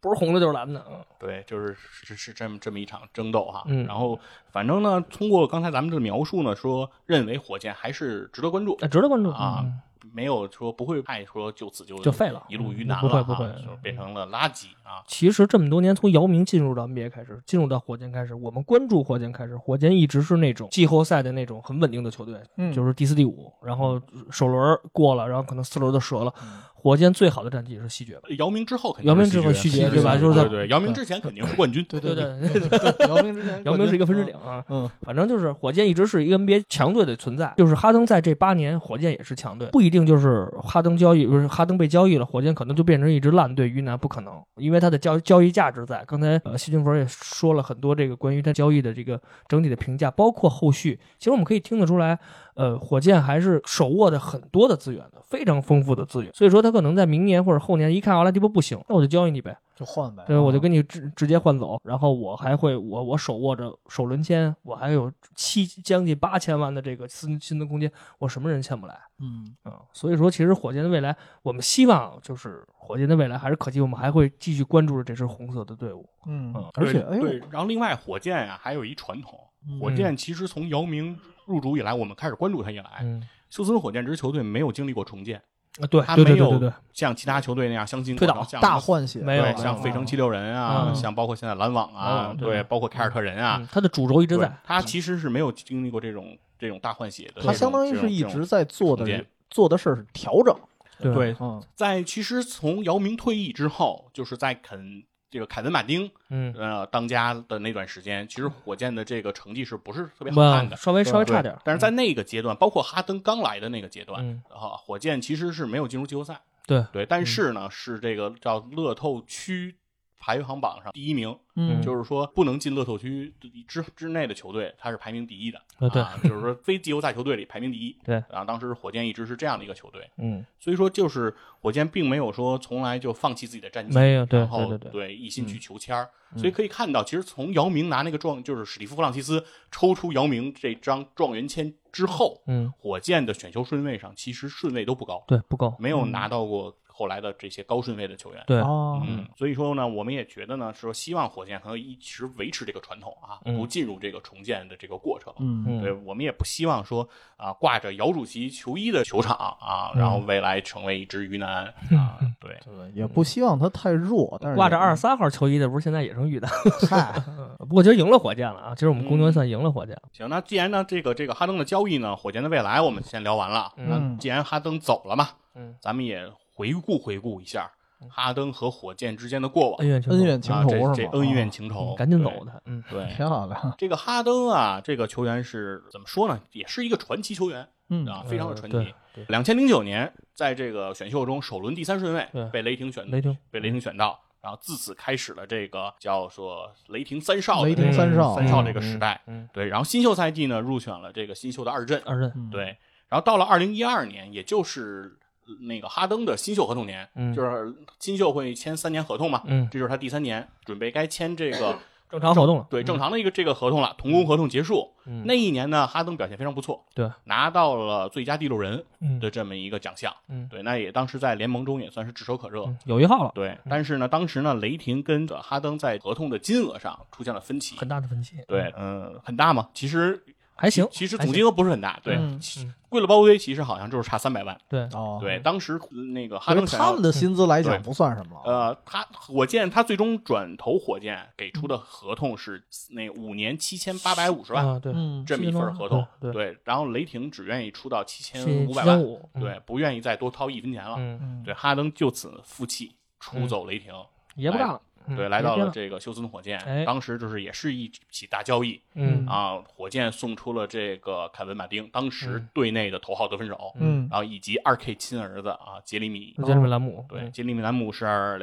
不是红的就是蓝的。啊对，就是是是这么这么一场争斗哈。嗯然后反正呢，通过刚才咱们的描述呢，说认为火箭还是值得关注那、哎值得关注嗯啊，没有说不会太说就此就就废了一路于难嗯不会了不哈会，就变成了垃圾啊。其实这么多年，从姚明进入到 NBA 开始，进入到火箭开始，我们关注火箭开始，火箭一直是那种季后赛的那种很稳定的球队，嗯就是第四、第五，然后首轮过了，然后可能四轮就折了。火箭最好的战绩是西决吧？姚明之后肯定姚明是之后续续约约对对吧就是对在对，姚明之前肯定是冠军，对对对对，对姚明之前，姚明是一个分水岭啊。嗯。嗯，反正就是火箭一直是一个 NBA 强队的存在，就是哈登在这八年，火箭也是强队，不一定就是哈登交易，不是哈登被交易了，火箭可能就变成一支烂队，云南不可能，因为它的交交易价值在。刚才呃，谢俊佛也说了很多这个关于他交易的这个整体的评价，包括后续，其实我们可以听得出来，呃，火箭还是手握着很多的资源的，非常丰富的资源，所以说他可能在明年或者后年一看奥拉迪波不行，那我就交易你呗，嗯就换呗。对，啊我就跟跟你直直接换走，然后我还会我我手握着首轮签，我还有七将近八千万的这个薪薪资空间，我什么人签不来嗯啊、所以说，其实火箭的未来，我们希望就是火箭的未来还是可期，我们还会继续关注着这支红色的队伍。嗯嗯，而且对哎呦，对，然后另外火箭啊，还有一传统，火嗯箭其实从姚明入主以来，我们开始关注他以来，嗯，休斯顿火箭这支球队没有经历过重建，啊，对他对没对对有对对，像其他球队那样相信推倒过程像大换血没有对，了像费城七六人啊，嗯像包括现在篮网篮啊网，对，对包括凯尔特人啊嗯，他的主轴一直对在，，他其实是没有经历过这种这种大换血的这种，他相当于这种是一这种直在做重的建做的事儿是调整。对对，嗯在其实从姚明退役之后，就是在肯这个凯文马丁嗯，呃当家的那段时间，其实火箭的这个成绩是不是特别好看不，的？嗯稍微稍微对差点儿，但是在那个阶段，包括哈登刚来的那个阶段，嗯啊，火箭其实是没有进入季后赛。对对，但是呢，是这个叫乐透区排行榜上第一名，嗯，就是说不能进乐透区之之内的球队，它是排名第一的。啊对啊，就是说非季后赛球队里排名第一。对然后当时火箭一直是这样的一个球队，嗯，所以说就是火箭并没有说从来就放弃自己的战绩，没有对然后对对嗯对一心去求签儿。所以可以看到，其实从姚明拿那个状，就是史蒂夫弗朗西斯抽出姚明这张状元签之后，嗯，火箭的选秀顺位上其实顺位都不高，对，不够，没有拿到过后来的这些高顺位的球员。嗯对，哦，嗯，所以说呢，我们也觉得呢，说希望火箭能一直维持这个传统啊，嗯不进入这个重建的这个过程。嗯，对嗯，我们也不希望说啊，挂着姚主席球衣的球场啊，然后嗯未来成为一支鱼腩啊，对。对，也不希望他太嗯弱，但是挂着也二十三号球衣的不是现在也成玉的， <laughs> 嗨，不过今儿赢了火箭了啊，今儿我们公嗯牛算赢了火箭，行，那既然呢，这个这个哈登的交易呢，火箭的未来我们先聊完了。嗯那既然哈登走了嘛，嗯，咱们也回顾回顾一下哈登和火箭之间的过往，恩怨情啊恩怨情仇，仇嗯这是这吗？恩怨啊情仇，赶紧对走他，嗯 <laughs> 对，<laughs> 漂亮，这个哈登啊，这个球员是怎么说呢？也是一个传奇球员嗯啊，非常的传奇嗯。对两千零九年，在这个选秀中首轮第三顺位对被雷霆选，雷霆被雷霆选到，然后自此开始了这个叫说雷霆三少的雷霆这个三少嗯三少这个时代。嗯，对，然后新秀赛季呢，入选了这个新秀的二阵。二阵，嗯，对，然后到了二零一二年，也就是呃那个哈登的新秀合同年，嗯就是新秀会签三年合同嘛，嗯，这就是他第三年，准备该签这个。正常活动了，对，正常的一个这个合同了，同工合同结束。嗯那一年呢，哈登表现非常不错，对，拿到了最佳第六人嗯，的这么一个奖项。嗯对，那也当时在联盟中也算是炙手可热。嗯，有一号了，对，但是呢，当时呢，雷霆跟哈登在合同的金额上出现了分歧。很大的分歧，对，嗯，很大吗？其实还行，其实还总行金额不是很大。对嗯，其嗯贵了包堆，其实好像就是差三百万。对，哦，对，，当时那个哈对登于想他要们的薪资来讲对不算什么了，呃，他火箭他最终转投火箭给出的合同是那五年七千八百五十万。啊，对，嗯，这么一份合同，对对，然后雷霆只愿意出到七千七五百千万，五，对，啊不愿意再多掏一分钱了。嗯，嗯对，哈登就此负气出走雷霆，也不干了，嗯对，来到别了干这个休斯顿火箭。哎当时就是也是一起大交易嗯啊，火箭送出了这个凯文马丁，当时嗯队内的头号得分手，嗯然后以及二 K 亲儿子啊杰里米，杰里米兰姆，嗯对，杰里米兰姆是二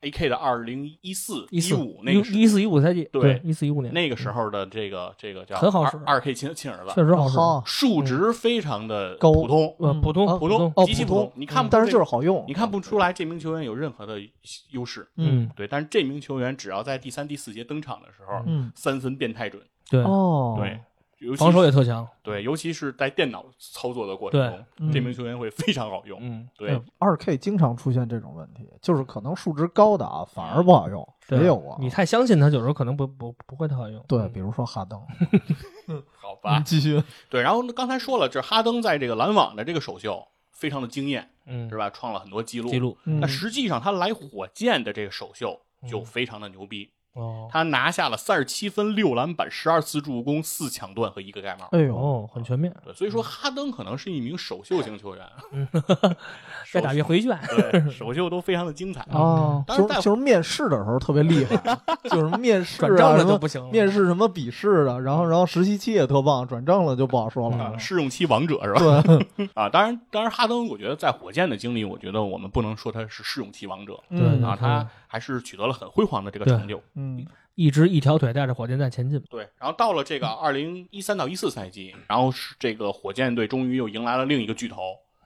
A K 的二零一四一四五那个时一四一五赛季，对一四一五年，嗯那个时候哦的这个这个叫很好使二 K 亲亲儿子，确实好使，好，数值非常的高普通，呃，嗯普通啊普通嗯通，哦极其普普通通。你看不出但是这就是好用，你看不出来这名球员有任何的优势，嗯嗯，对。但是这名球员只要在第三、第四节登场的时候，嗯三分变态准，对，哦，嗯对，，尤其防守也特强，对，尤其是在电脑操作的过程中，对嗯这名球员会非常好用。嗯，对，二 K 经常出现这种问题，就是可能数值高的啊反而不好用，对也有过，你太相信他，有时候可能不不不会太好用，嗯对，比如说哈登，嗯啊好吧，继续，对。然后刚才说了，这哈登在这个篮网的这个首秀非常的惊艳，嗯是，吧？创了很多记录。记。录嗯那嗯实际上他来火箭的这个首秀就非常的牛逼，哦他拿下了三十七分、六篮板、十二次助攻、四抢断和一个盖帽。哎呦，哦，很全面，对，所以说哈登可能是一名首秀型球员，啊 <laughs> 越打越回旋，对，首秀都非常的精嗯彩。哦，当然就在是就是面试的时候特别厉 <laughs> 害，就是面试转啊账什了就么不行了，面试什么笔试的，然后然后实习期也特棒，转正了就不好说了啊，，试用期王者是吧？嗯对，嗯啊，当然，当然，哈登我觉得在火箭的经历，我觉得我们不能说他是试用期王者对嗯啊，他还是取得了很辉煌的这个成就。嗯一直一条腿带着火箭在前进，对，然后到了这个二零一三到一四赛季，然后是这个火箭队终于又迎来了另一个巨头，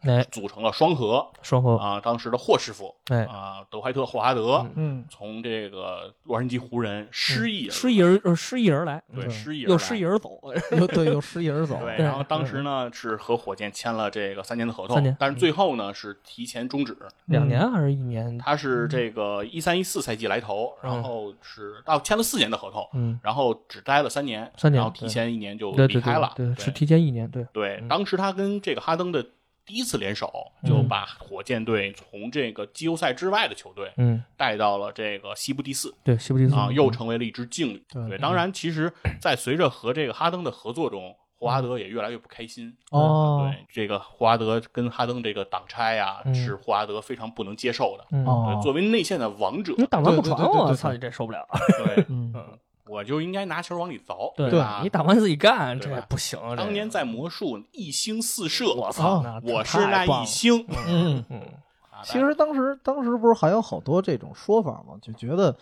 哎，组成了双核双后，啊，当时的霍师傅哎，啊，德怀特·霍华德嗯 <laughs> 嗯从这个洛杉矶湖人失意而失意而呃失意而来，对对失意而来又嗯失意而走，又对又失一人走，对，对嗯然后当时呢是和火箭签了这个三年的合三同年，嗯但是最后呢是提前终止。两年还是一年，他是这个一三一四赛季来投，嗯然后是到签了四年的合同，嗯，然后只待了三年，三年然后提前一年就对离对开了对。对，是对提前一年，对，对，当时他跟这个哈登的第一次联手，嗯就把火箭队从这个季后赛之外的球队嗯，带到了这个西部第四。对，西部嗯第四啊，又成为了一支劲旅。对嗯对，当然，其实，在随着和这个哈登的合作中，霍华嗯德也越来越不开心。哦对，这个霍华德跟哈登这个挡拆呀、嗯是霍华德非常不能接受的。嗯，对哦，作为内线的王者，你打完不对对传对对我，对操你这受不了，对，嗯我就应该拿球往里凿，对吧你？打完自己干，啊对这吧不行，这当年在魔术一星四射，啊我操，那我是那太棒一星嗯了，嗯，啊，带。其实当时当时不是还有好多这种说法吗？就觉得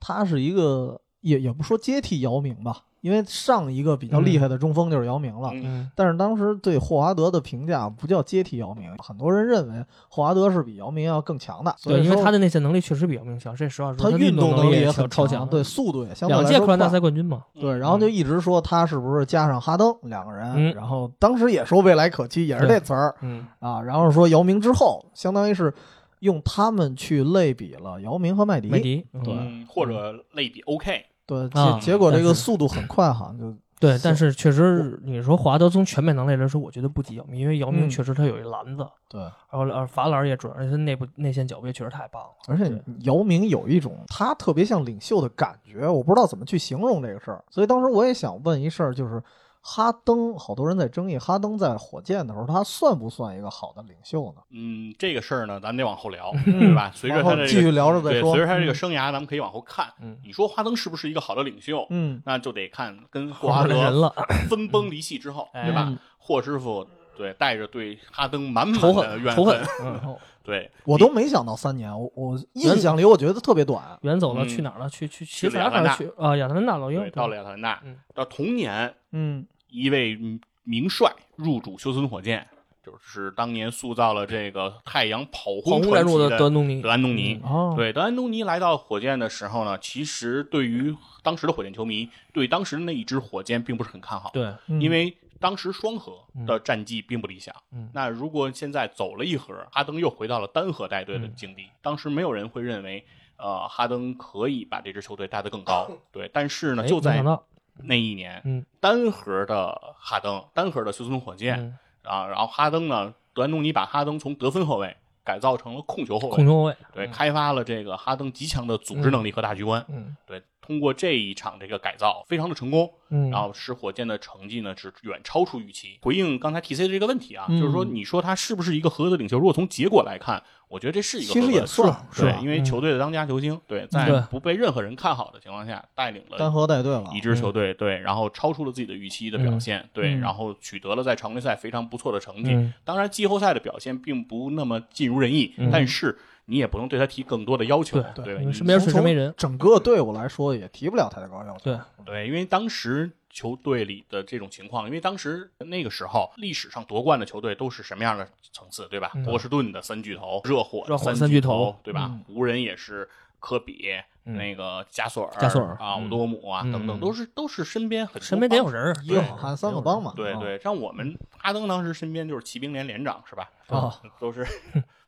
他是一个也也不说接替姚明吧，因为上一个比较厉害的中锋就是姚明了。嗯嗯，但是当时对霍华德的评价不叫接替姚明，很多人认为霍华德是比姚明要更强的，所对，以因为说他的内线能力确实比姚明强，这实话说，他他运动能力也很超强，强，对，速度也相对两来届说扣篮大快。赛冠军嘛，对，然后就一直说他是不是加上哈登两个人，嗯然后当时也说未来可期，也是这词儿嗯，啊。然后说姚明之后，相当于是用他们去类比了姚明和麦迪。麦迪，嗯对嗯，或者类比 OK，对，啊结结果这但个是速度很快，好像就对，但是确实你说华德从全面能力来说，我觉得不及姚明，因为姚明嗯确实他有一篮子，对。然后而罚篮也准，而且他内部内线脚步也确实太棒了。而且姚明有一种他特别像领袖的感觉，我不知道怎么去形容这个事儿。所以当时我也想问一事儿，就是哈登，好多人在争议哈登在火箭的时候，他算不算一个好的领袖呢？嗯，这个事儿呢，咱们得往后聊，嗯对吧？随着他往这后个继续聊着再对说随着他这个生涯，咱们可以往后看。嗯你说华灯是不是一个好的领袖？嗯，那就得看跟霍华华德人德了， <coughs> 分崩离析之后，嗯对吧嗯？霍师傅对带着对哈登满满的仇恨怨仇恨，然嗯，后对我都没想到三年，我我印象里我觉得特别短。远走了嗯去哪儿了？去去去去了哪亚特兰大儿去啊？亚特兰大老鹰对，到了亚特兰大嗯，到同年，嗯一位名帅入主休斯顿火箭，就是当年塑造了这个太阳跑黄轰蜂传战术奇的德安东尼嗯德，安东尼。哦，对，德安东尼来到火箭的时候呢，其实对于当时的火箭球迷，对当时那一支火箭并不是很看好，对，嗯因为当时双核的战绩并不理想。嗯那如果现在走了一核，哈登又回到了单核带队嗯的境地，当时没有人会认为，呃，哈登可以把这支球队带得更 <laughs> 高。对，但是呢，哎就没在想到，那一年，嗯单核的哈登，单核的休斯顿火箭、嗯啊，然后哈登呢，德安东尼把哈登从得分后卫改造成了控球后卫，控球后卫，对，开发了这个哈登极强的组织能力和大局观。嗯对，通过这一场这个改造非常的成功，嗯，然后使火箭的成绩呢是远超出预期。回应刚才 T C 的这个问题啊，嗯就是说你说他是不是一个合格的领袖？如果从结果来看，我觉得这是一个其实合格也的算是对吧，因为嗯球队的当家球星，对，在对不被任何人看好的情况下，带领了单核带队了一。支嗯球队对，然后超出了自己的预期的表现，对，嗯然后取得了在常规赛非常不错的成绩。嗯当然，季后赛的表现并不那么尽如人意，嗯但是你也不能对他提更多的要求，对对吧因为你身边从是没人整个队伍来说也提不了太高要求。对，对，因为当时球队里的这种情况，因为当时那个时候历史上夺冠的球队都是什么样的层次，对吧？嗯波士顿的三巨头，热火热火三三巨头对吧？湖人也是科比。嗯那个加索尔、加索尔啊，嗯奥多姆啊，嗯等等，都是都是身边很多身边得有哦帮人儿，一个好汉三个帮嘛。对啊，对，像我们哈登当时身边就是骑兵连连长是吧？哦， <laughs> 都是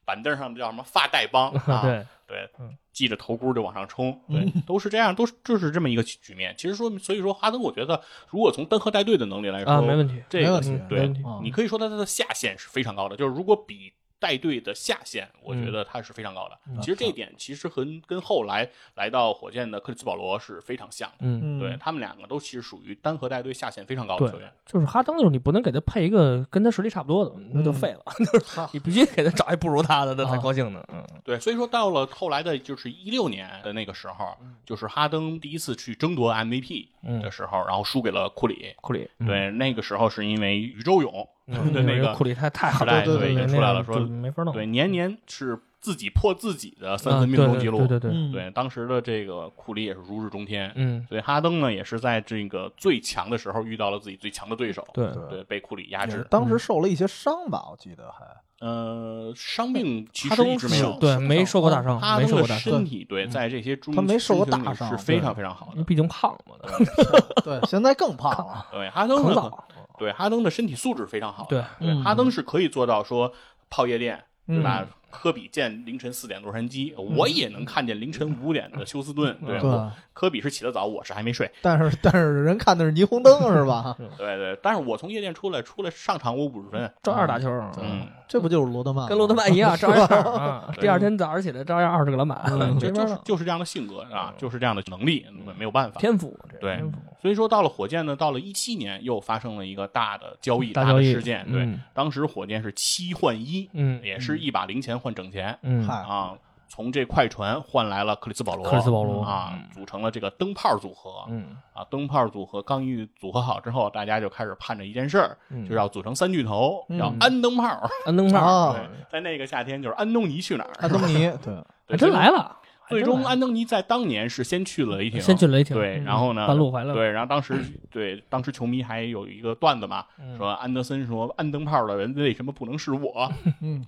板凳上叫什么发带 <laughs> 帮啊？对，对嗯，系着头箍就往上冲，对，都是这样，都是就是这么一个局面。其实说，所以说哈登，我觉得如果从单核带队的能力来说，啊，没问题，这没个问题嗯没对问题，啊你可以说他的下限是非常高的，就是如果比带队的下限，我嗯觉得他是非常高的。其实啊这一点其实和跟后来来到火箭的克里斯保罗是非常像的，嗯，嗯，对他们两个都其实属于单核带队下限非常高的对球员。，就是哈登，就是你不能给他配一个跟他实力差不多的，那就废 <laughs> 了，就是你必须给他找一不如他的，那才高兴呢，嗯，对，所以说到了后来的，就是一六年的那个时候，嗯就是哈登第一次去争夺 MVP 的时候，然后输给了库里。库里，对，那个时候是因为宇宙勇嗯，对那因为个库里太太时狠代了，对对对那也个出来了，说就没法弄，对啊，年年是自己破自己的三分命中记录。对对对对，嗯，对当时的这个库里也是如日中天。嗯，所以哈登呢，也是在这个最强的时候遇到了自己最强的对手，对，对，嗯被库里压也是制。嗯当时受了一些伤吧，我记得还呃，伤病其哈实登一直没是有，对没受过大伤，哈没登受的过嗯大伤身，体对，在这些中他没受过大中型里伤是非对常非常好因为的。毕竟胖嘛， <laughs> 对，现在更胖了。对哈登很呢早，对哈登的身体素质非常好对的。对，哈登是可以做到说泡夜店，对嗯吧？科比见凌晨四点洛杉矶，我也能看见凌晨五点的休斯顿。嗯对 <laughs> 对我科比是起得早，我是还没睡。但是但是人看的是霓虹灯 <laughs> 是吧？对对，但是我从夜店出来，出来上场我五十分。照样打球，嗯嗯， <laughs> 这不就是罗德曼吗？跟罗德曼一样，照样，啊第二天早上起来照样二十个篮板， <laughs> 对就就是没法弄，就是这样的性格啊，就是这样的能力，没有办法。天赋，这对天赋所以说，到了火箭呢，到了一七年又发生了一个大的交易、大大交的易事件。对，嗯当时火箭是七换一，嗯也是一把零钱换整钱、嗯，嗨，啊。从这快船换来了克里斯保罗，克里斯保罗啊，组成了这个灯泡组合。嗯啊，灯泡组合刚一组合好之后，大家就开始盼着一件事儿，嗯就是要组成三巨头，嗯要安灯泡。安灯泡，啊对，在那个夏天就是安东尼去哪儿？安东 <laughs> 尼，对，还对哎真来。了，还最真终来了安东尼在当年是先去了雷霆，先去雷霆，对，嗯然后呢，半路回来了，对，然后当时对当时球迷还有一个段子嘛，嗯说安德森说安灯泡的人为什么不能是我？ <laughs> 嗯，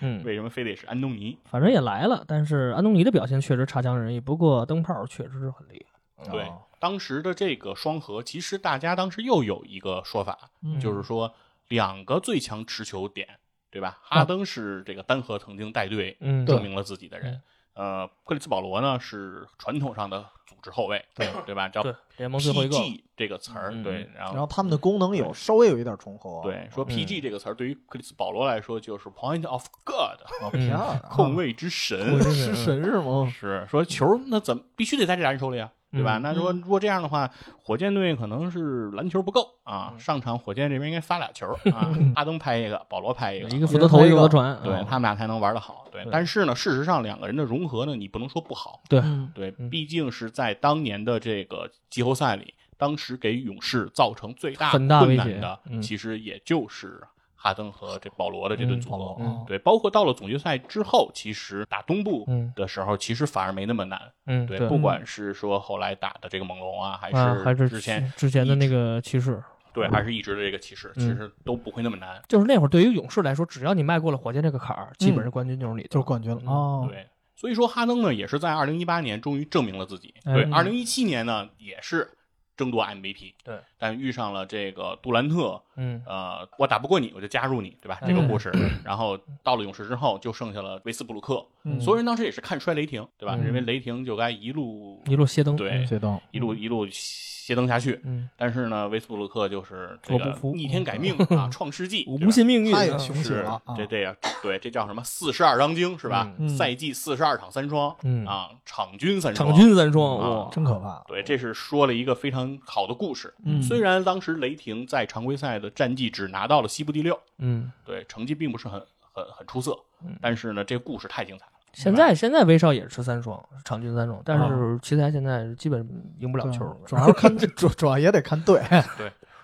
嗯，为什么非得是安东尼？反正也来了，但是安东尼的表现确实差强人意，不过灯泡确实是很厉害。对哦，当时的这个双核，其实大家当时又有一个说法，嗯嗯就是说两个最强持球点，对吧？哈登是这个单核曾经带队嗯，证明了自己的人嗯，呃，克里斯保罗呢是传统上的组织后卫，对对吧？叫对，联盟最后一个， PG 这个词儿，嗯对，然然后后他们的功能有稍微有一点重合，啊对说嗯 PG 这个词儿对于克里斯保罗来说就是 point of god，啊，漂亮，控卫之神。 <laughs> 是神是吗？是说球那怎么必须得在这俩人手里啊，对吧？嗯那说如果这样的话，火箭队可能是篮球不够啊，嗯上场火箭这边应该发俩球 <laughs> 啊，哈登拍一个，保罗拍一个，一个负责投，一一个个负责传，啊对嗯他们俩才能玩得好。对对，但是呢，事实上两个人的融合呢，你不能说不好，对嗯对嗯，毕竟是在当年的这个季后赛里，当时给勇士造成最大很大困威难胁的，嗯其实也就是哈登和这保罗的这对嗯组保合罗。嗯对，包括到了总决赛之后，其实打东部嗯的时候，其实反而没那么难。嗯，对，不管是说后来打的这个猛龙啊，还啊，还是之前之前的那个骑士，对，还是一直的这个骑士，嗯其实都不会那么难。就是那会儿对于勇士来说，只要你迈过了火箭这个坎儿，基嗯本上冠军就是你的，就是冠军了哦，对，所以说哈登呢，也是在二零一八年终于证明了自己。嗯对，二零一七年呢，也是争夺 MVP。对，但遇上了这个杜兰特，嗯，呃，我打不过你，我就加入你，对吧？嗯这个故事。 <clears throat> 然后到了勇士之后，就剩下了维斯布鲁克。嗯所有人当时也是看衰雷霆，对吧？嗯认为雷霆就该一路一路歇登，对谢东，一路一路斜蹬下去。嗯，但是呢，维斯布鲁克就是这我不个服嗯逆天改命啊，创世纪，对吧无信命运他也啊，雄起是了啊，这这个对，这叫什么？四十二章经是吧？嗯赛季四十二场三双，嗯啊，场均三双，场均三双，啊哇，真可怕，对，这是说了一个非常好的故事。嗯虽然当时雷霆在常规赛的战绩只拿到了西部第六，嗯，对，成绩并不是很很很出色，但是呢，这故事太精彩了。现在现在威少也是三双，场均三双，但是奇才现在基本赢不了球，主要是 <laughs> 看主主要也得看 <laughs> 队，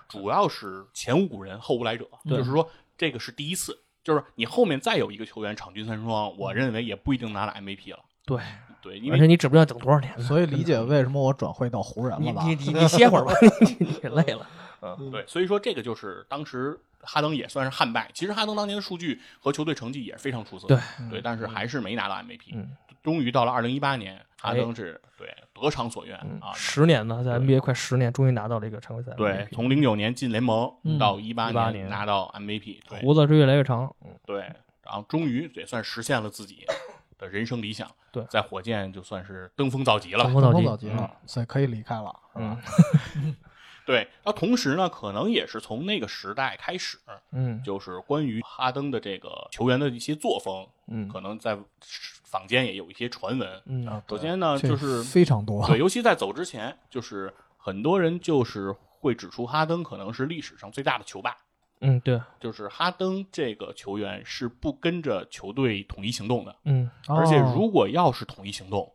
主要是前无古人后无来者，对就是说这个是第一次，就是你后面再有一个球员场均三双，我认为也不一定拿了 MVP 了。对，对，因嗯而为且你指不定要等多少年呢。所以理解为什么我转会到湖人你了吧？你你你歇会儿吧，你你累了。对，所以说这个就是当时哈登也算是悍败。其实哈登当年的数据和球队成绩也是非常出色，对但是还是没拿到 MVP。嗯终于到了二零一八年，哈哎登是、对得偿所愿、嗯啊。十年呢，在 NBA 快十年，终于拿到了一个常规赛的 MVP。对，从零九年进联盟嗯到一八18年拿到 MVP，对胡子是越来越长，对，然后终于也算实现了自己的人生理想。对在火箭就算是登峰造极了吧登。峰东造风极早急嗯了，所以可以离开了，是吧？对，那同时呢，可能也是从那个时代开始，嗯就是关于哈登的这个球员的一些作风，嗯可能在坊间也有一些传闻。啊嗯，首先呢，这就是非常多，对，尤其在走之前，就是很多人就是会指出哈登可能是历史上最大的球霸，嗯对，就是哈登这个球员是不跟着球队统一行动的，嗯而且 <laughs> 哦如果要是统一行动，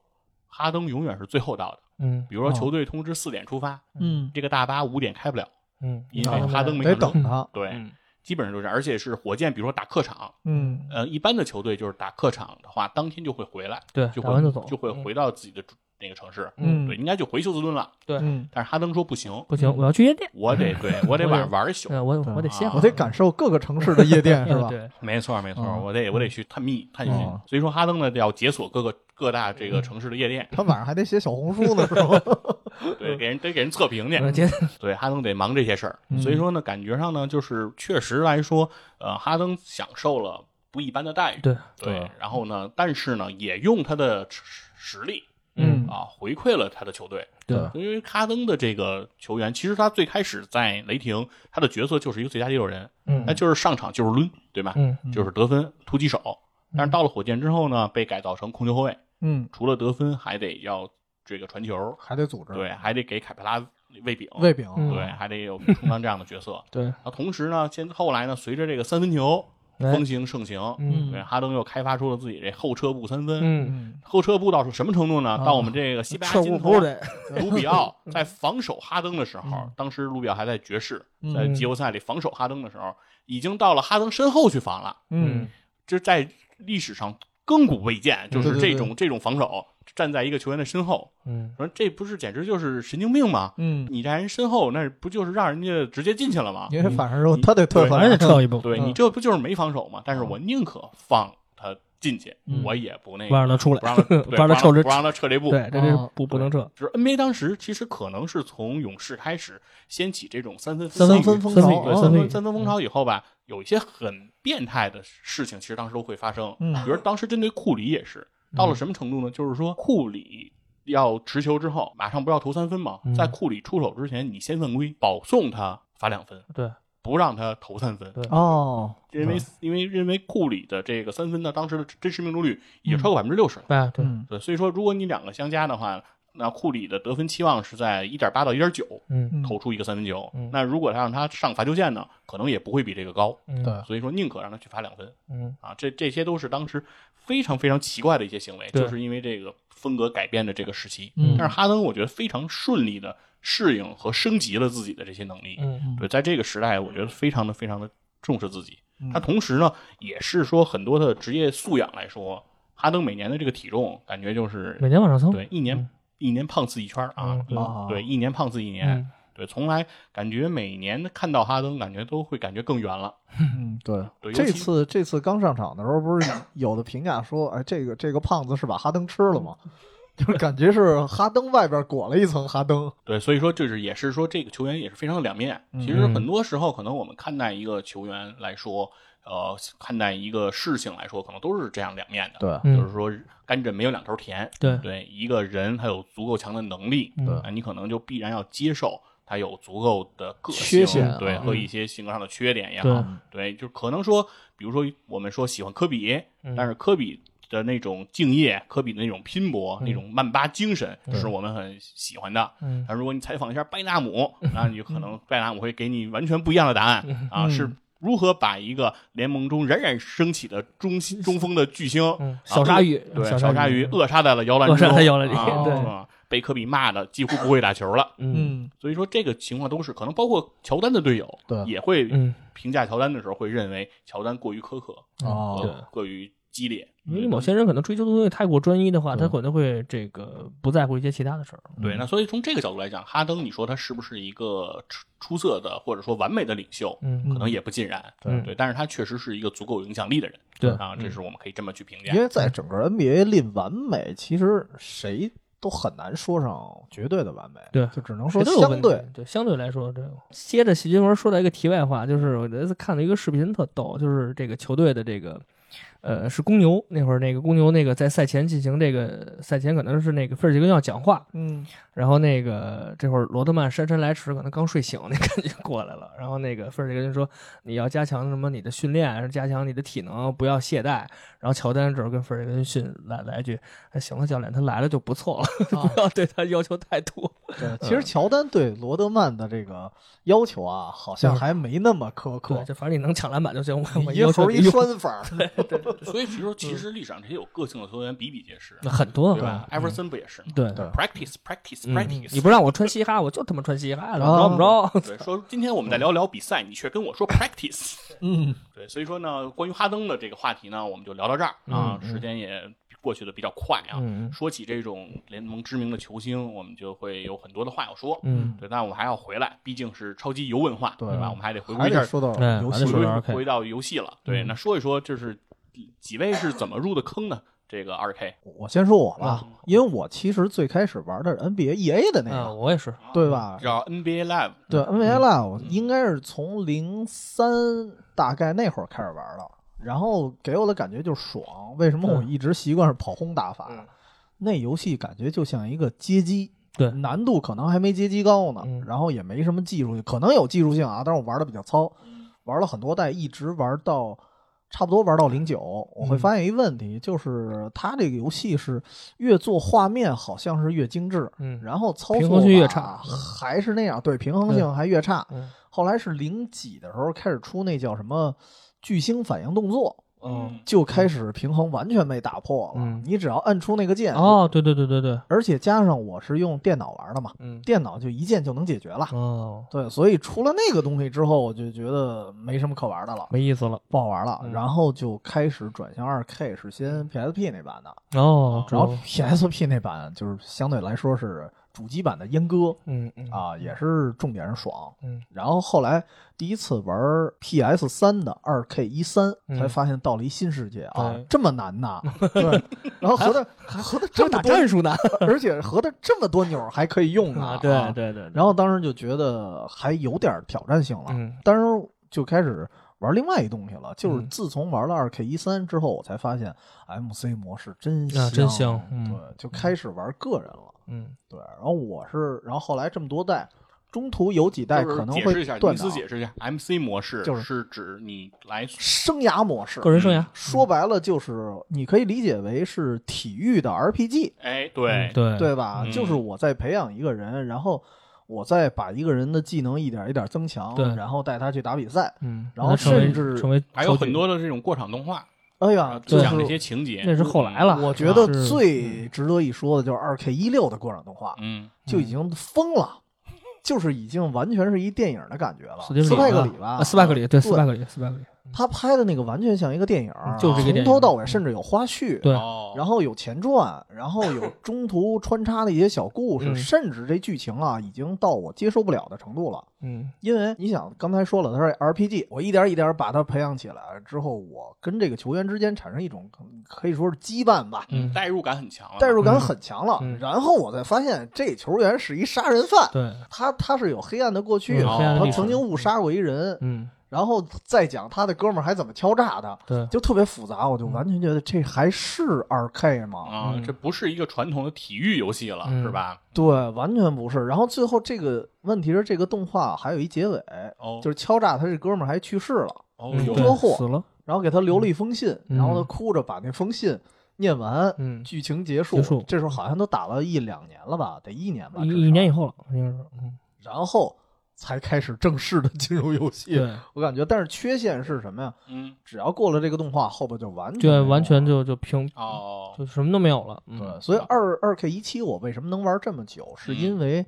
哈登永远是最后到的。嗯比如说，哦球队通知四点出发，嗯，这个大巴五点开不了，嗯，因为哈登没哦得上车等他，对，嗯基本上就是，而且是火箭，比如说打客场，嗯呃，一般的球队就是打客场的话，当天就会回来，对就打完会就走会回到自己的主那个城市，嗯对，应该就回休斯敦了。对嗯，但是哈登说不行，不行，我要去夜店，我得对我得晚上玩一宿，对我嗯我得歇会啊我儿，得感受各个城市的夜店，是吧？ <laughs> 对，没错没错，嗯我得我得去探秘探寻嗯。所以说哈登呢要解锁各个各大这个城市的夜店，他晚上还得写小红书呢，是吧？ <laughs> 对，给人得给人测评去，我接对，哈登得忙这些事儿。嗯所以说呢，感觉上呢，就是确实来说，呃，哈登享受了不一般的待遇，对嗯对，然后呢，但是呢，也用他的实实力嗯啊回馈了他的球队。对因为哈登的这个球员，其实他最开始在雷霆，他的角色就是一个最佳第六人，嗯那哎就是上场就是抡，对吧？嗯就是得分、突击手。但是到了火箭之后呢，被改造成控球后卫，嗯，除了得分，还得要这个传球，还得组织，对，，啊还得给凯佩拉喂饼，胃饼，啊嗯对，还得有充当这样的角色。对那同时呢，现后来呢，随着这个三分球哎风行盛行。嗯对，哈登又开发出了自己这后撤步三分。嗯，嗯，后撤步到什么程度呢？啊到我们这个西班牙撤步嗯金不童是得卢比奥在防守哈登的时候嗯，当时卢比奥还在爵士，嗯在季后赛里防守哈登的时候，已经到了哈登身后去防了。嗯，这在历史上亘古未见，就嗯是对对这种这种防守，站在一个球员的身后，嗯说这不是简直就是神经病吗？嗯，你站人身后，那不就是让人家直接进去了吗？因为反正说他得退对回反正来，得撤一步，对嗯你这不就是没防守吗？但是我宁可放他进去，嗯我也不那不个让他出不来。 <laughs> 让他对不让他撤不这不让他撤这步。对，这是哦不不能撤。就是 NBA 当时其实可能是从勇士开始掀起这种三分三分分风风三潮对三分分分三分风潮以后吧，有一些很变态的事情，其实当时都会发生。嗯比如当时针对库里也是，到了什么程度呢？就是说库里要持球之后，马上不要投三分嘛，嗯在库里出手之前，你先犯规，保送他罚两分，对，不让他投三分。对哦，因为因为认为库里的这个三分呢，当时的真实命中率已经超过百分之六十了。哎对，嗯对，所以说如果你两个相加的话，那库里的得分期望是在一点八到一点九。嗯嗯投出一个三分球，嗯那如果让他上罚球线呢，可能也不会比这个高，嗯对所以说宁可让他去罚两分嗯啊，这这些都是当时非常非常奇怪的一些行为，对就是因为这个风格改变的这个时期。嗯但是哈登我觉得非常顺利的适应和升级了自己的这些能力，嗯对，在这个时代我觉得非常的非常的重视自己嗯。他同时呢，也是说很多的职业素养来说，哈登每年的这个体重感觉就是每年往上蹭。对一年、嗯一年胖次一圈儿啊嗯，对啊对，一年胖次一年。嗯对，从来感觉每年看到哈登，感觉都会感觉更圆了。嗯，对，对，尤这其次这次刚上场的时候，不是有的评价说，哎，这个这个胖子是把哈登吃了吗？ <laughs> 就是感觉是哈登外边裹了一层哈登。对，所以说就是也是说这个球员也是非常两面。嗯其实很多时候，可能我们看待一个球员来说，呃，看待一个事情来说，可能都是这样两面的。对嗯就是说甘蔗没有两头甜。对 <laughs> 对，一个人他有足够强的能力，嗯那你可能就必然要接受他有足够的个性，缺陷对，嗯和一些性格上的缺点也好，对对，就可能说，比如说我们说喜欢科比，嗯但是科比的那种敬业，科比的那种拼搏，嗯那种曼巴精神，是我们很喜欢的。嗯但如果你采访一下拜纳姆，那你就可能拜纳姆会给你完全不一样的答案、啊，嗯是如何把一个联盟中冉冉升起的中心中锋的巨星，嗯啊，小鲨鱼，对小小鲨鱼鱼，扼杀在了摇篮扼之杀中，在摇篮里啊对啊被科比骂的几乎不会打球了。嗯所以说这个情况都是可能，包括乔丹的队友对也会嗯，评价乔丹的时候，会认为乔丹过于苛刻哦对嗯和过于激烈。因为某些人可能追求的东西太过专一的话，对他可能会这个不在乎一些其他的事儿。对，那所以从这个角度来讲，哈登，你说他是不是一个出出色的或者说完美的领袖？嗯，可能也不尽然，嗯对，但是他确实是一个足够有影响力的人，对嗯啊，这是我们可以这么去评价因。为在整个 NBA 里完美，其实谁都很难说上绝对的完美，对就只能说谁都有问相题对。对相对来说，这个接着细菌文说到一个题外话，就是我有一次看了一个视频特逗，就是这个球队的这个。呃，是公牛那会儿，那个公牛那个在赛前进行这个赛前可能是那个菲尔杰克逊要讲话，嗯然后那个这会儿罗德曼姗姗来迟，可能刚睡醒，那感觉过来了。然后那个菲尔杰克逊说：“你要加强什么你的训练，加强你的体能，不要懈怠。”然后乔丹这会儿跟菲尔杰克逊来来一句：“哎，行了，教练，他来了就不错了， <laughs> 啊不要对他要求太多。对，其实乔丹对罗德曼的这个要求啊，好像还没那么苛”刻对，。就反正你能抢篮板就行，我我一要求猴你一用栓法，所以其呃实其实历史上这些有个性的球员比比皆是，啊那 <laughs> 很多对吧？艾弗森不也是吗嗯对对？Practice, practice, 嗯 practice。你不让我穿嘻哈，我就他妈穿嘻哈，怎么着怎么着。对，说今天我们在聊聊比赛，你却跟我说 <laughs> practice。嗯，对，所以说呢，关于哈登的这个话题呢，我们就聊到这儿啊，时间也过去的比较快啊。嗯说起这种联盟知名的球星，我们就会有很多的话要说。嗯，对，但我们还要回来，毕竟是超级游文化，对吧？我们还得回归还这得儿，说到嗯游还得戏说回到 2K 回到游戏了。对，嗯那说一说，就是几几位是怎么入的坑呢？这个二 K 我先说我吧，因为我其实最开始玩的是 NBA EA E 的那啊，个，我也是，对啊吧？叫 NBA Live，嗯对 NBA Live 啊应该是从零三大概那会儿开始玩的，然后给我的感觉就是爽。为什么我对一直习惯是跑轰打法嗯？那游戏感觉就像一个街机，对难度可能还没街机高呢嗯，然后也没什么技术性，可能有技术性啊，但是我玩的比较糙，嗯玩了很多代，一直玩到。差不多玩到零九，我会嗯发现一问题，就是它这个游戏是越做画面好像是越精致，嗯然后操作平衡性吧越差还是那样，对平衡性还越差。嗯后来是零几的时候开始出那叫什么巨星反应动作，嗯，就开始平衡完全被打破了。嗯你只要按出那个键，哦，对对对对对，而且加上我是用电脑玩的嘛，嗯，电脑就一键就能解决了。哦，对，所以出了那个东西之后，我就觉得没什么可玩的了，没意思了。不好玩了。嗯然后就开始转向二 K，是先 PSP 那版的，哦，知然道后了 PSP 那版就是相对来说是主机版的阉割嗯嗯，啊，也是重点爽。嗯，然后后来第一次玩 PS 三的二 K 一三，嗯才发现到了一新世界啊对，这么难 <laughs> 呐！对，然后合着合着这这不么打多，战术呢？而且合着这么多钮儿还可以用啊，呢。对啊对对，对然后当时就觉得还有点挑战性了，嗯当时就开始玩另外一东西了。就是嗯自从玩了二 K 一三之后，我才发现 MC 模式真香，啊真香嗯对，就开始玩个人了。嗯，对，然后我是，然后后来这么多代，中途有几代就可是能解释会一下，断你档自。解释一下，MC 模式就是是指你来生涯模式，个人生涯，说白了就是你可以理解为是体育的 RPG，哎，嗯对，对对吧？嗯就是我在培养一个人，然后我再把一个人的技能一点一点增强对，然后带他去打比赛。嗯，然后成为甚至成为还有超很级多的这种过场动画，哎呀啊，就对讲这是些情节，那是后来了，我是觉吧得是嗯最值得一说的就是二 K 一六的过场动画，嗯，就已经疯了，就是已经完全是一电影的感觉了。斯蒂芬派克啊里吧啊，斯派克里，对，对斯派克里，斯派克里，他拍的那个完全像一个电影儿，就是一个电影从头到尾，甚至有花絮，对，哦，然后有前传，然后 <laughs> 有中途穿插的一些小故事，嗯甚至这剧情啊，已经到我接受不了的程度了。嗯因为你想，刚才说了，他是 RPG，我一点一点把他培养起来之后，我跟这个球员之间产生一种可以说是羁绊吧，嗯，代入感很强了，代入感很强了。嗯然后我才发现，这球员是一杀人犯，对，他他是有黑暗的过去，嗯黑暗的他历史曾经误杀过一人，嗯然后再讲他的哥们儿还怎么敲诈他，对，就特别复杂，我就完全觉得这还是二 K 吗？啊嗯，这不是一个传统的体育游戏了，嗯是吧？对，完全不是。然后最后这个问题是，这个动画还有一结尾，哦，就是敲诈他这哥们儿还去世了，哦嗯有对车祸死了，然后给他留了一封信，嗯然后他哭着把那封信念完，嗯，剧情结束。结束这时候好像都打了一两年了吧，得一年吧，一一年以后，后了，应该是，嗯，然后才开始正式的进入游戏。对，我感觉，但是缺陷是什么呀？嗯，只要过了这个动画，后边就完全就完全没有了。就就平，哦，就什么都没有了，嗯对，所以二二 K 一七我为什么能玩这么久，是嗯因为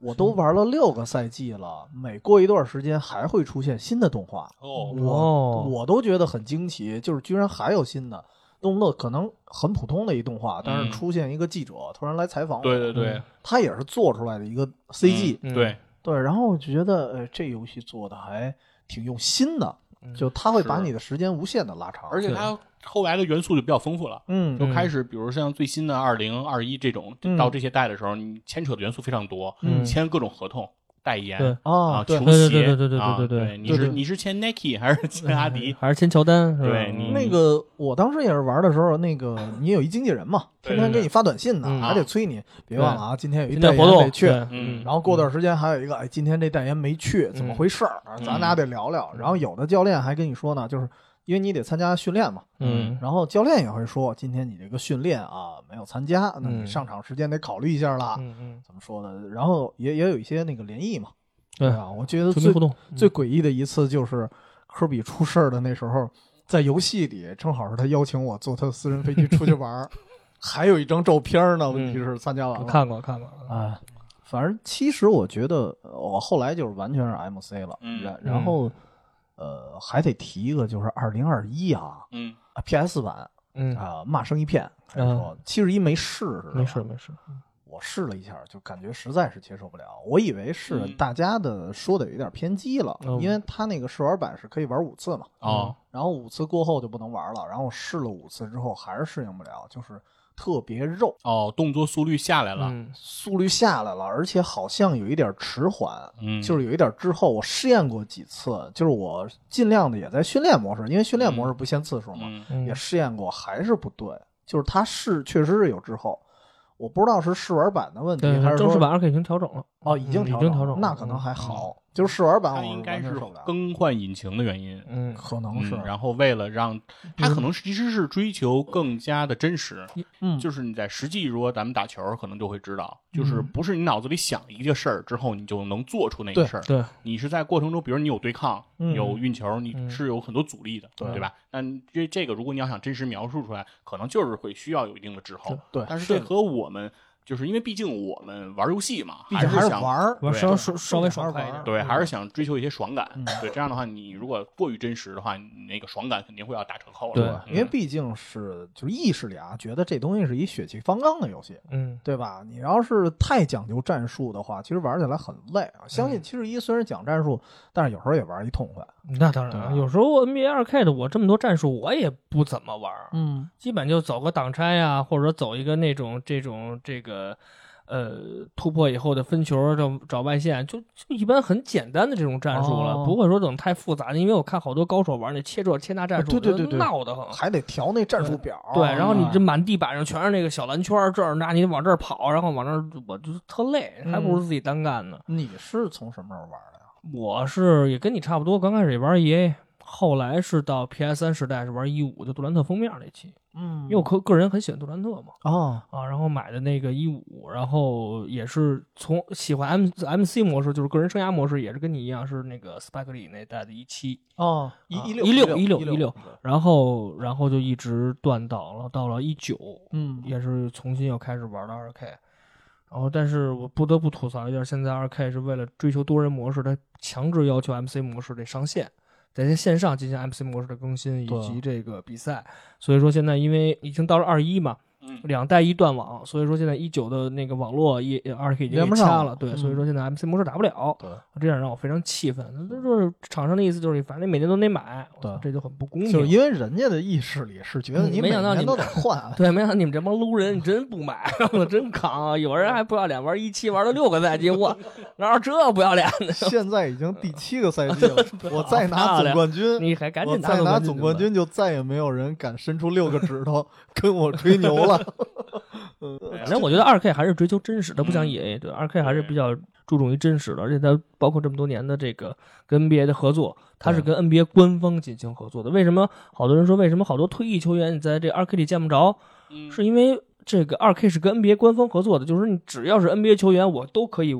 我都嗯玩了六个赛季了，每过一段时间还会出现新的动画，哦，哦我我都觉得很惊奇，就是居然还有新的，动不动可能很普通的一动画，但是嗯出现一个记者突然来采访我，对对对他也是做出来的一个 CG，、嗯对，对，然后我就觉得呃这游戏做的还挺用心的，嗯就他会把是你的时间无限的拉长，而且它后来的元素就比较丰富了。嗯就开始，比如像最新的二零二一这种嗯，到这些代的时候，你牵扯的元素非常多，嗯签各种合同、代言对啊啊、球鞋，对对对对对对啊对对对对你对是对你是签 Nike 还是签阿 <laughs> 迪？还是签乔丹，是吧嗯对你那个我当时也是玩的时候，那 <laughs> 个你有一经纪人嘛，对天天给你发短信嗯呢，还得催你，别忘了啊，今天有一今代天活言动没去。对嗯然后过段时间还有一个，哎，今天这代言没去，嗯怎么回事儿？咱俩得聊聊。然后有的教练还跟你说呢，就是因为你得参加训练嘛，嗯然后教练也会说，今天你这个训练啊没有参加，那嗯你上场时间得考虑一下啦。嗯嗯，怎么说呢？然后也也有一些那个联谊嘛，对啊，我觉得球最迷互动最诡异的一次就是科比出事儿的那时候，在游戏里正好是他邀请我坐他的私人飞机出去玩 <laughs> 儿，还有一张照片儿呢。嗯问题是参加完我了，看啊过看过，哎，反正其实我觉得呃我后来就是完全是 MC 了，嗯然然后呃还得提一个就是二零二一啊嗯， ，PS 版嗯，啊骂声一片，可以说七十一没试是吧没事没事，嗯我试了一下，就感觉实在是接受不了。我以为是嗯大家的说的有点偏激了，嗯因为他那个试玩版是可以玩五次嘛，哦，然后五次过后就不能玩了。然后我试了五次之后还是适应不了，就是特别肉，哦，动作速率下来了，嗯速率下来了，而且好像有一点迟缓，嗯，就是有一点滞后。我试验过几次，就是我尽量的也在训练模式，因为训练模式不限次数嘛，嗯嗯也试验过，还是不对。就是它是确实是有滞后，我不知道是试玩版的问题对还，是正说式版二 K 已经调整了，哦，已经嗯调嗯已经调整了那可能还好。就是试玩版它我应该完全是受不了，更换引擎的原因。嗯，可能是，嗯然后为了让它可能其实是追求更加的真实，嗯就是你在实际如果咱们打球，可能就会知道，就是嗯不是你脑子里想一个事儿之后你就能做出那对个事儿，对，你是在过程中，比如你有对抗，嗯有运球，你嗯是有很多阻力的，对对吧？但这这个如果你要想真实描述出来，可能就是会需要有一定的滞后。对，但是是这和我们就是因为毕竟我们玩游戏嘛，毕竟还是想玩儿，我对稍稍稍微爽快一玩儿点，对，还是想追求一些爽感。嗯对，这样的话，你如果过于真实的话，你那个爽感肯定会要打折扣了。对嗯因为毕竟是就是意识里啊，觉得这东西是一血气方刚的游戏，嗯对吧？你要是太讲究战术的话，其实玩起来很累啊。相嗯信七十一虽然讲战术，但是有时候也玩一痛快。啊那当然对了，吧有时候 NBA 二 K 的我这么多战术我也不怎么玩儿，嗯，基本就走个挡拆呀、或者说走一个那种这种这个呃突破以后的分球，找找外线，就就一般很简单的这种战术了，哦不会说等太复杂的。因为我看好多高手玩那切这切那战术，啊对对对就对闹得很。还得调那战术表。对，然后你啊这满地板上全是那个小蓝圈儿，这儿那你往这儿跑，然后往那儿，我就是特累，还不嗯如自己单干呢。你是从什么时候玩的呀？我是也跟你差不多，刚开始也玩 EA，后来是到 PS 三时代是玩一五，就杜兰特封面那期，嗯因为我个个人很喜欢杜兰特嘛，哦，啊，然后买的那个一五，然后也是从喜欢 M MC 模式，就是个人生涯模式，也是跟你一样是那个 Spike Lee 那代的一七，哦，啊一六16一16 16，然后然后就一直断档了，到了一九，嗯，也是重新又开始玩了二 K，然后但是我不得不吐槽一下，现在二 K 是为了追求多人模式，它强制要求 MC 模式得上线，得在线上进行 MC 模式的更新以对及这个比赛，所以说现在因为已经到了二一嘛，嗯两代一断网，所以说现在一九的那个网络也二 K 已经连给不上掐了了，对，嗯所以说现在 MC 模式打不了，对，这样让我非常气愤。那就是厂商的意思就是，反正你每年都得买，我操对这就很不公平。就是因为人家的意识里是觉得嗯你每没想到年你都们得 <laughs> 换，啊对，没想到你们这帮撸人，你真不买， <laughs> 我真扛。啊有人还不要脸，玩一期玩了六个赛季，我哪有这不要脸 <laughs> 的？现在已嗯经第七个赛季 <laughs> 了，我再拿漂亮总冠军， <laughs> 你还赶我紧再拿拿总冠冠军军，就再也没有人敢伸出六个指头 <laughs> 跟我吹牛 <laughs> 了。呃哎吧。反正我觉得二 K 还是追求真实的，不像嗯 EA 对二 K 还是比较注重于真实的，而且它包括这么多年的这个跟 NBA 的合作，它是跟 NBA 官方进行合作的。为什么好多人说为什么好多退役球员你在这二 K 里见不着？嗯是因为这个二 K 是跟 NBA 官方合作的，就是你只要是 NBA 球员，我都可以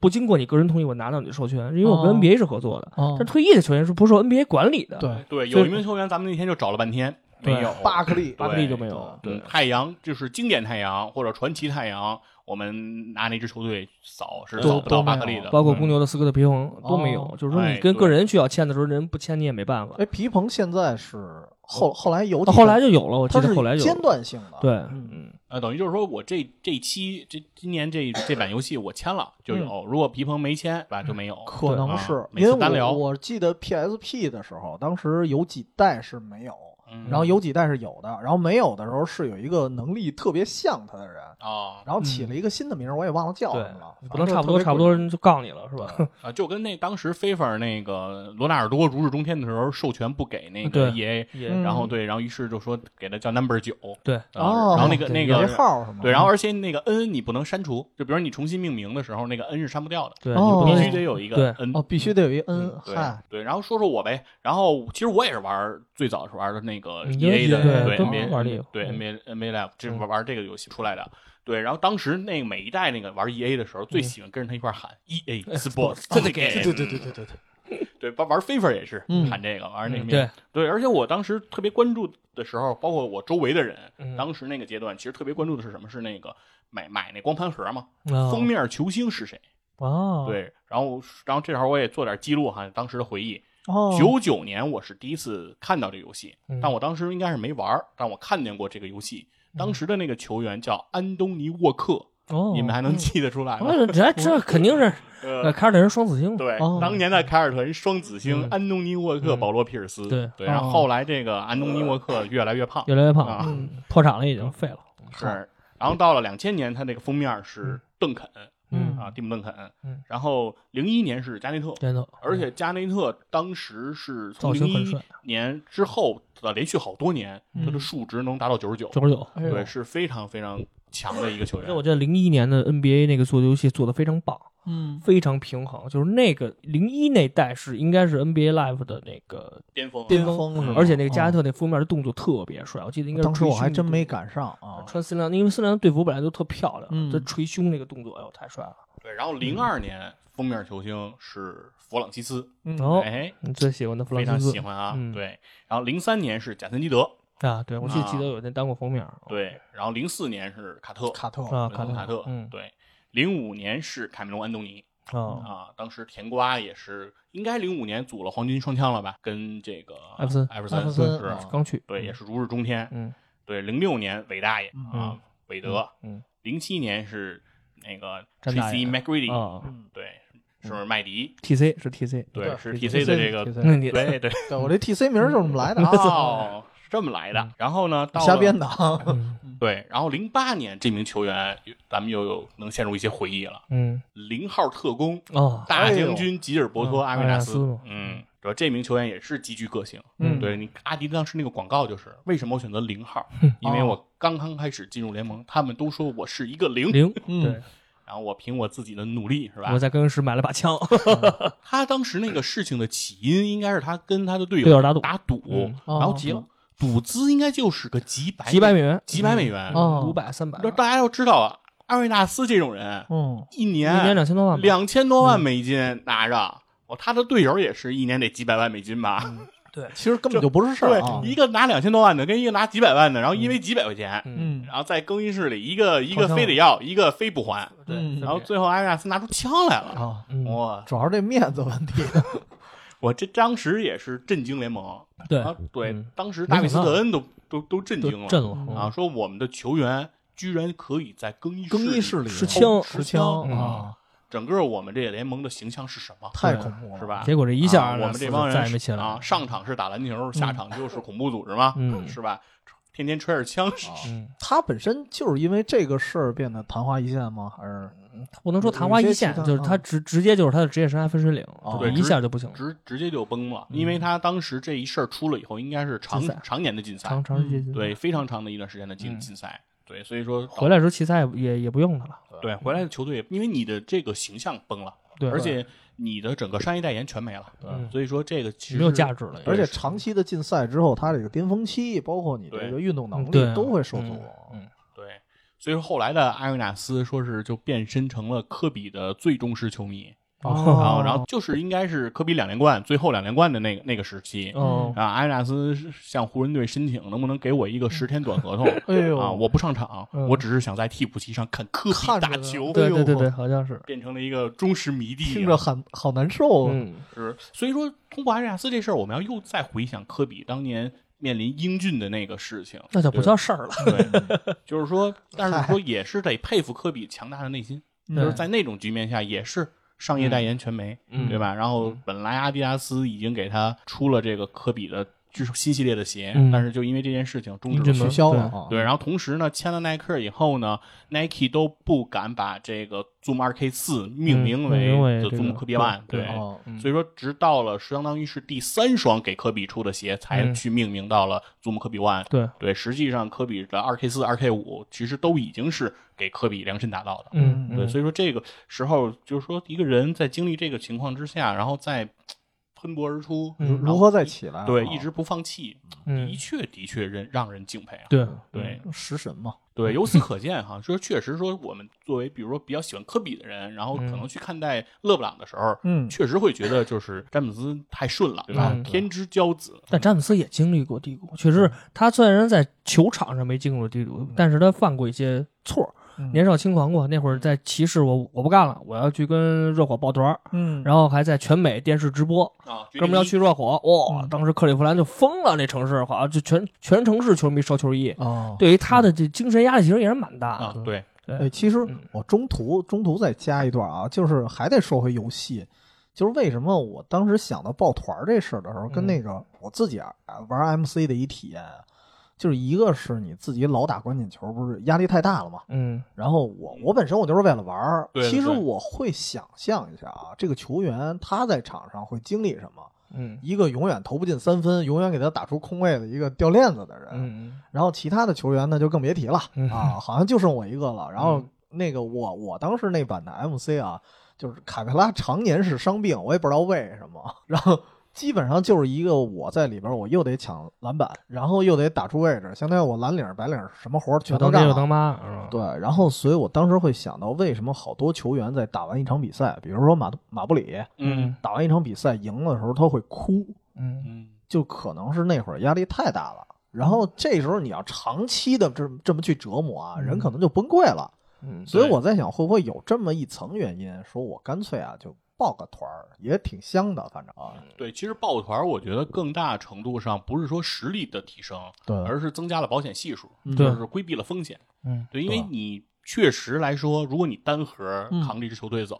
不经过你个人同意，我拿到你的授权，因为我哦跟 NBA 是合作的。哦 <laughs> 但退役的球员是不受 NBA 管理的，，对，对，所以有一名球员，咱们那天就找了半天，没对有 <laughs> 巴克利，巴克利就没有。嗯太阳就是经典太阳或者传奇太阳，我们拿那支球队扫是都扫不到都没巴有克利的，包括嗯公牛的斯科特皮蓬都没有哦，就是说哎你跟对个人需要签的时候，人不签你也没办法。哎，皮蓬现在是后后来有到几哦后个来就有了，我记它得是后来有了间断性的，对，嗯嗯，呃，等于就是说我这这期这今年这这版游戏我签了就嗯有，如果皮蓬没签，吧就没有。可能是啊每因次为单聊我我记得 PSP 的时候，当时有几代是没有，嗯然后有几代是有的，然后没有的时候是有一个能力特别像他的人，啊然后起了一个新的名儿，我也忘了叫什对么了，，不能差不多，差不多人就告你了，<laughs> 是吧？啊，就跟那当时 FIFA 那个罗纳尔多如日中天的时候，授权不给那个对 EA，也嗯然后对，然后于是就说给他叫 Number 九，对，啊哦然后那个对那有一个号什么，对，然后而且那个 N 你不能删除，就比如你重新命名的时候，那个 N 是删不掉的，对，哦你不必能须得有一对个 N 哦，必须得有一嗯 N，对嗨，对，然后说说我呗。然后其实我也是玩儿最早是玩的那个嗯 EA 的对都 NBA 玩这个对嗯 NBA NBA Live 这嗯玩玩这个游戏出来的。对，然后当时那个每一代那个玩 EA 的时候，最喜欢跟着他一块儿喊 EA Sports，真的 game，哦对对对对对对对，对，玩玩 FIFA 也是嗯喊这个，玩那嗯个对，对，而且我当时特别关注的时候，包括我周围的人，嗯当时那个阶段其实特别关注的是什么？是那个买买那光盘盒嘛，啊封面球星是谁？哦，对，然后然后这会儿我也做点记录哈，当时的回忆。哦，九九年我是第一次看到这个游戏，嗯但我当时应该是没玩儿，但我看见过这个游戏。当时的那个球员叫安东尼·沃克，嗯哦，你们还能记得出来吗？我这这肯定是呃，呃，凯尔特人双子星 <laughs> 嘛，对，哦当年的凯尔特人双子星、嗯安东尼·沃克、嗯保罗·皮尔斯。对对，然后哦后来这个安东尼·沃克越来越胖，越来越胖，啊嗯破产了已经废了，是。然后到了两千年，他那个封面是邓肯、嗯啊，蒂姆·邓肯。嗯然后零一年是加内特，真的，而且加内特当时是从嗯造零型很一帅年之后的连续好多年，嗯他的数值能达到九十九，九十九。哎呦对，是非常非常强的一个球而且我员。觉得零一年的 NBA 那个做的游戏做的非常棒，嗯非常平衡，就是那个零一那代是应该是 NBA Live 的那个巅峰啊，巅峰是吧？而且那个加内嗯特，特那封面的动作特别帅，我记得应该是当时我捶胸还真的没动作赶上啊。穿森林狼，因为森林狼队服本来就特漂亮，嗯这捶胸那个动作，哎呦太帅了！对，然后零二年封面球星是弗朗西斯，嗯哦，哎，你最喜欢的弗非朗常西斯喜欢啊，嗯对。然后零三年是贾森基德，啊？对，我记啊记得有那当过封面，对。然后零四年是卡特，卡特，啊，文森哦特，卡特，嗯对。零五年是卡梅隆·安东尼啊，啊，当时甜瓜也是应该零五年组了黄金双枪了吧？跟这个艾弗森嗯艾弗艾弗森森是，啊刚去，对，也是是，如日中天。嗯对，零六年韦大爷啊嗯，韦德。嗯零七年是那个詹大爷 Tracy McGrady，啊嗯，对，是麦迪， ，TC 是 TC，对，对是 TC TC 的这个， TC 那你对对，对我这 TC 名儿就是这么来的啊，哦，是这么来的。然后呢，到了瞎编的啊。 <laughs> 嗯对，然后零八年这名球员，咱们又有能陷入一些回忆了。嗯零号特工，哦，大将军吉尔伯托·哎阿呦维纳阿维纳斯斯，嗯，主要这名球员也是极具个性。嗯对你，阿迪当时那个广告就是为什么我选择零号，因为我刚刚开始进入联盟，他们都说我是一个零，零，嗯对，然后我凭我自己的努力是吧我？在更衣室买了把枪，他当时那个事情的起因应该是他跟他的队队友友打赌打赌，嗯然后结了赌资应该就是个几百几百美元，几百美元。哦五百三百，那大家要知道啊，阿维纳斯这种人，嗯，一一年年两千多万吧，嗯两千多万美金拿着，哦，他的队友也是一年得几百万美金吧？嗯其实根本就不是事儿啊对，。一个拿两千多万的，跟一个拿几百万的，然后因为几百块钱，嗯嗯，然后在更衣室里，一个一个好像非得要，一个非不还，对，嗯然后最后哦阿维纳斯拿出枪来了，啊，嗯哇！主要是这面子问题。我这当时也是震惊联盟，对啊，对嗯，当时大卫斯特恩都都都震都惊震了了嗯啊，，说我们的球员居然可以在更衣更衣室室里哦持偷枪持持枪枪嗯啊，整个我们这个联盟的形象是什么？太恐怖了，是？吧？结果这一下啊阿维我纳们斯这帮人再也没起来啊，上场是打篮球，下场就是恐怖组织嘛，嗯是吧？天天吹着枪，嗯，他本身就是因为这个事儿变得昙花一现吗？还是他不能说昙花一现有，些其他嗯就是他直直接就是他的职业生涯分水岭，哦对一下就不行了，直直接就崩了，因为他当时这一事儿出了以后，应该是长嗯禁赛常年的禁赛长，嗯长时间对，非常长的一段时间的禁嗯禁赛，对，所以说导回来的时候奇才也也也不用他了，对回来的球队也，因为你的这个形象崩了，对，而且你的整个商业代言全没了，嗯所以说这个其实没有价值了，而且长期的禁赛之后，他这个巅峰期，包括你这个运动能嗯对力都会受阻。嗯对。所以说后来的阿维纳斯说是就变身成了科比的最忠实球迷，啊哦嗯 <laughs> 然后然后就是应该是科比两连冠最后两连冠的那个那个时期，哦，啊，阿维纳斯是向湖人队申请能不能给我一个十天短合同哎呦啊？我不上场，嗯我只是想在替补席上看科比看着打呢球，对哎呦对对对，好像是，变成了一个忠实迷弟啊。听着很好难受啊。嗯，是，所以说通过阿维纳斯这事儿，我们要又再回想科比当年面临英俊的那个事 <laughs> 情，那就不叫事儿了，对， <laughs> 就是说，但是说也是得佩服科比强大的内心，嗯就是在那种局面下也是。商业代言全没，嗯对吧？然后本来阿迪达斯已经给他出了这个科比的就是新系列的鞋，嗯但是就因为这件事情终英止俊了门取消了啊。对，然后同时呢，签了耐克以后呢，Nike 都不敢把这个 Zoom 二 K 四命名为嗯命名为 The 这个 Zoom Kobe One，对对嗯哦，嗯所以说直到了相当于是第三双给科比出的鞋，才嗯去命名到了 Zoom 科比 One。对，对，实际上科比的二 K 四、二 K 五其实都已经是给科比量身打造的。嗯，对，嗯所以说这个时候就是说一个人在经历这个情况之下，然后再喷薄而出，嗯然后如何再起来啊？对一直不放弃，嗯的确的确人让人敬佩啊。对，嗯对食神嘛，对，由此可见哈，说确实说我们作为比如说比较喜欢科比的人，然后嗯可能去看待勒布朗的时候，嗯确实会觉得就是詹姆斯太顺了，对吧？嗯天之骄子，但詹姆斯也经历过低谷，确嗯实，他虽然在球场上没经历过低谷，但是他犯过一些错儿，嗯年少轻狂过。那会儿在骑士，我我不干了，我要去跟热火抱团儿，嗯然后还在全美电视直播，啊，哥们儿要去热火，哇、嗯当时克利夫兰就疯了，那城市好像就全全城市球迷烧球衣，哦，对于他的这精神压力其实也是蛮大的。啊，对，哎，其实我中途中途再加一段啊，就是还得说回游戏，就是为什么我当时想到抱团儿这事儿的时候，跟那个我自己啊玩 MC 的一体验啊，就是一个是你自己老打关键球，不是压力太大了嘛。嗯然后我我本身我就是为了玩儿，对对其实对我会想象一下啊，这个球员他在场上会经历什么。嗯一个永远投不进三分，永远给他打出空位的一个掉链子的人，嗯然后其他的球员呢就更别提了嗯啊，好像就剩我一个了。然后嗯那个我我当时那版的 MC 啊，就是卡佩拉常年是伤病，我也不知道为什么。然后基本上就是一个我在里边，我又得抢篮板，然后又得打出位置，相当于我蓝领白领什么活儿全就都当干爹就了。当妈，是吧？对，然后所以我当时会想到，为什么好多球员在打完一场比赛，比如说马马布里嗯打完一场比赛赢了的时候，他会哭，嗯，嗯就可能是那会儿压力太大了。然后这时候你要长期的这么这么去折磨啊，嗯人可能就崩溃了。嗯所以对我在想，会不会有这么一层原因，说我干脆啊就报个团儿，也挺香的，反正啊，对，其实抱团儿我觉得更大程度上不是说实力的提升，对而是增加了保险系数，嗯就是规避了风险。嗯，对，因为对你确实来说，如果你单核嗯扛着一支球队走，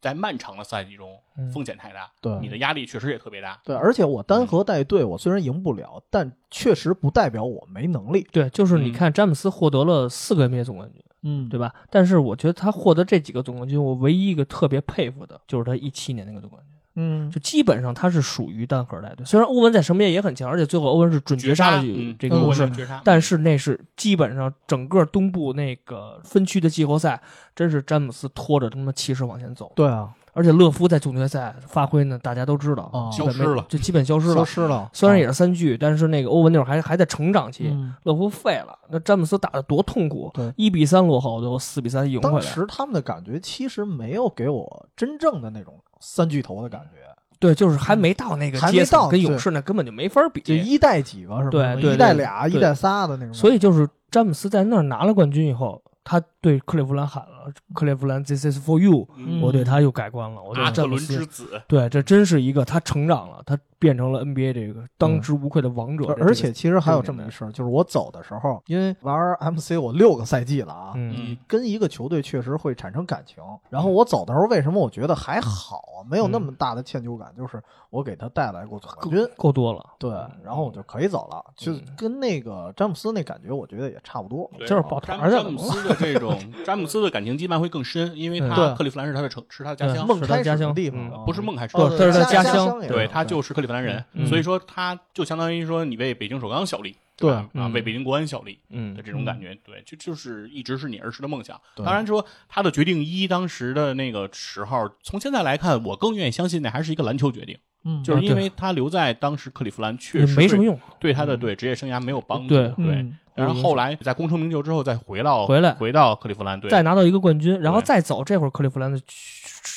在漫长的赛季中嗯风险太大，对你的压力确实也特别大。对，而且我单核带队，我虽然赢不了，但确实不代表我没能力，对，就是你嗯看詹姆斯获得了四个 NBA 总冠军，嗯对吧？吧？但是我觉得他获得这几个总冠军，我唯一一个特别佩服的就是他一七年那个总冠军，嗯，就基本上他是属于单核带队。虽然欧文在什么也很强，而且最后欧文是准绝杀了这嗯这个欧勇文士，是绝杀，但是那是基本上整个东部那个分区的季后赛，真是詹姆斯拖着他妈骑士往前走。对啊，而且乐福在总决赛发挥呢，大家都知道，哦基本没消失了就基本消失消了。失了，虽然也啊是三巨，但是那个欧文那会儿还还在成长期，嗯乐福废了，那詹姆斯打的多痛苦对，一比三落后，最后四比三赢回当来。时他们的感觉其实没有给我真正的那种三巨头的感觉，对，就是还没到那个还没阶层，到跟对勇士那根本就没法比。就一带几个是吧？对对一带对俩、对一带仨的那种。所以就是詹姆斯在那儿拿了冠军以后，他对克利夫兰喊了：“克利夫兰，This is for you。”嗯我对他又改观了，我对阿特詹姆伦之斯，子，对，这真是一个他成长了，他变成了 NBA 这个当之无愧的王者而的这嗯个。嗯而且其实还有这这个么年一事儿，就是我走的时候，因为玩 MC 我六个赛季了啊，嗯，嗯跟一个球队确实会产生感情。然后我走的时候，为什么我觉得还好啊，没有那么大的歉疚嗯感？就是我给他带来过总冠军，够多了，对，然后我就可以走了，就嗯跟那个詹姆斯那感觉，我觉得也差不多。对就是抱詹团哦儿的詹姆斯的这种詹姆斯的感情羁绊会更深，因为嗯他对克利夫兰是他的城，是他的家对乡，梦是他开始家的乡地嗯方啊不是梦开始哦的对地这方。是他家乡乡也对他就是克利夫兰人，嗯所以说他就相当于说你为北京首钢效力，对啊，嗯为北京国安效力嗯的，这种感觉，对，就就是一直是你儿时的梦想。对当然说他的决定一当时的那个时候，从现在来看，我更愿意相信那还是一个篮球决定，嗯就是啊因对为他留在当时克利夫兰确也实没什么对，用，嗯对他的对职业生涯没有帮助。对嗯对，然后后来在功成名就之后，再回到回来回到克利夫兰，对，再拿到一个冠军，然后对再走，这会儿克利夫兰的球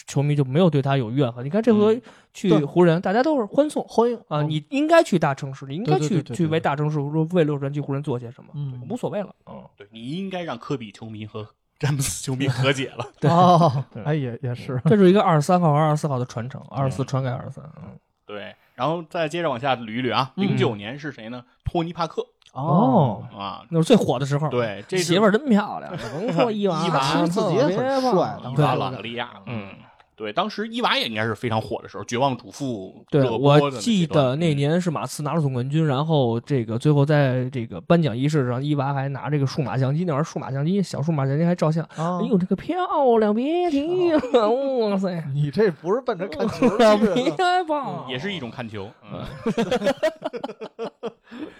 球迷就没有对他有怨恨。你看这回嗯去对湖人，大家都是欢送欢迎啊，你应该去大城市，你应该对对去对对去为对大城市说为洛杉矶湖人做些什么，嗯无所谓了。嗯，对你应该让科比球迷和 <laughs> 詹姆斯球迷和解 <laughs> 了。对哦对，哎也也是，这是一个二十三号和二十四号的传承，二十四传给二十三。嗯对，然后再接着往下捋一捋啊，零嗯九年是谁呢？托尼·帕克哦，啊，那是最火的时候。，对，这媳妇儿真漂亮，甭说伊 <laughs> 娃，伊娃特自己也很别棒帅伊对娃·朗格利亚，嗯。对，当时伊娃也应该是非常火的时候，《绝望主妇》对，热播的我那记阶段得那嗯年是马刺拿了总冠军，然后这个最后在这个颁奖仪式上，伊娃还拿这个数码相机，那玩意儿数码相机，小数码相机还照相，啊哎呦，这个漂亮，别提了，哇 <laughs> 塞，你这不是奔着看球 <laughs> 漂去的？亮棒，啊也是一种看球。嗯，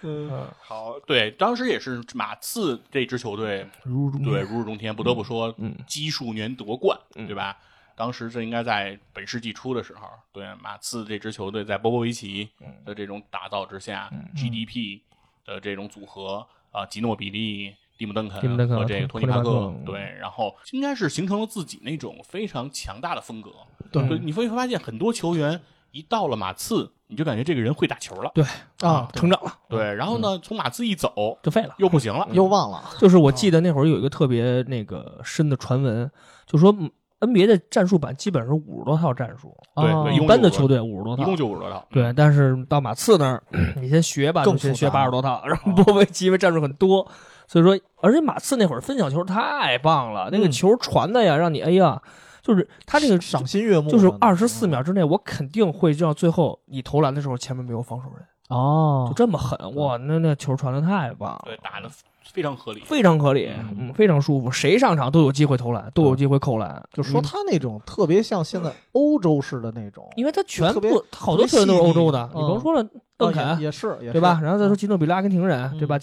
嗯好，对，当时也是马刺这支球队，如如对如日中天，不得不说，嗯基数年夺冠，嗯对吧？当时这应该在本世纪初的时候，对马刺这支球队在波波维奇嗯的这种打造之下、g d p 的这种组合啊、吉诺比利、蒂姆·邓肯蒂姆邓肯和这个托托尼·帕托尼帕克嗯对，然后应该是形成了自己那种非常强大的风格。对你会发现很多球员一到了马刺，你就感觉这个人会打球了，对啊成长了对，然后呢，嗯从马刺一走就废了。又不行了，又忘啊了，就是我记得那会儿有一个特别那个深的传闻，就说嗯 NBA 的战术版基本上是五十多套战术，对啊对，一共一般的就球队五十多一套共。就五十多套，对，但是到马刺那 <clears throat> 儿，你先学吧，嗯更就先复学杂嗯八十多套，然后波维奇因为战术很多，所以说，而且马刺那会儿分小球太棒了，那个嗯球传的呀，让你哎呀，就是他这个赏心悦目的就那是种，二十四秒之内，我肯定会让最后你投篮的时候前面没有防守人，就哦，这么狠，哇，那那球传的太棒了，对，打的非常合理。非常合理，嗯，非常舒服，谁上场都有机会投篮，都有机会扣篮，嗯嗯就说他那种特别像现在欧洲式的那种，因为他全特别部好多球员都是欧洲的，特你别细腻甭说了，邓啊肯也也是，也是嗯对吧？？然后再说吉诺比利阿根廷人对吧？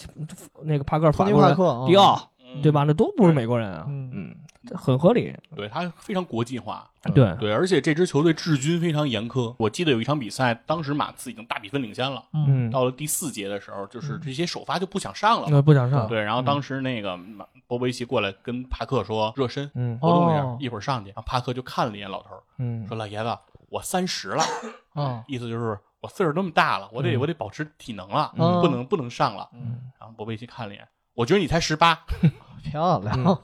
那个帕克法托尼国帕人，克，哦迪奥嗯对吧？那都不是美国人啊，嗯嗯，很合理。对他非常国际化。嗯对，对，而且这支球队治军非常严苛。我记得有一场比赛，当时马刺已经大比分领先了，嗯，哦到了第四节的时候，就是这些首发就不想上了。那不想上，对，然后当时那个马波波维奇过来跟帕克说热身，嗯活动一下哦，一会儿上去。然后帕克就看了一眼老头儿，嗯说老爷子，我三十了，啊，意思就是我岁数那么大了，我得嗯我得保持体能了，嗯不能不能上了。嗯，然后波波维奇看了一眼，我觉得你才十八，漂亮嗯，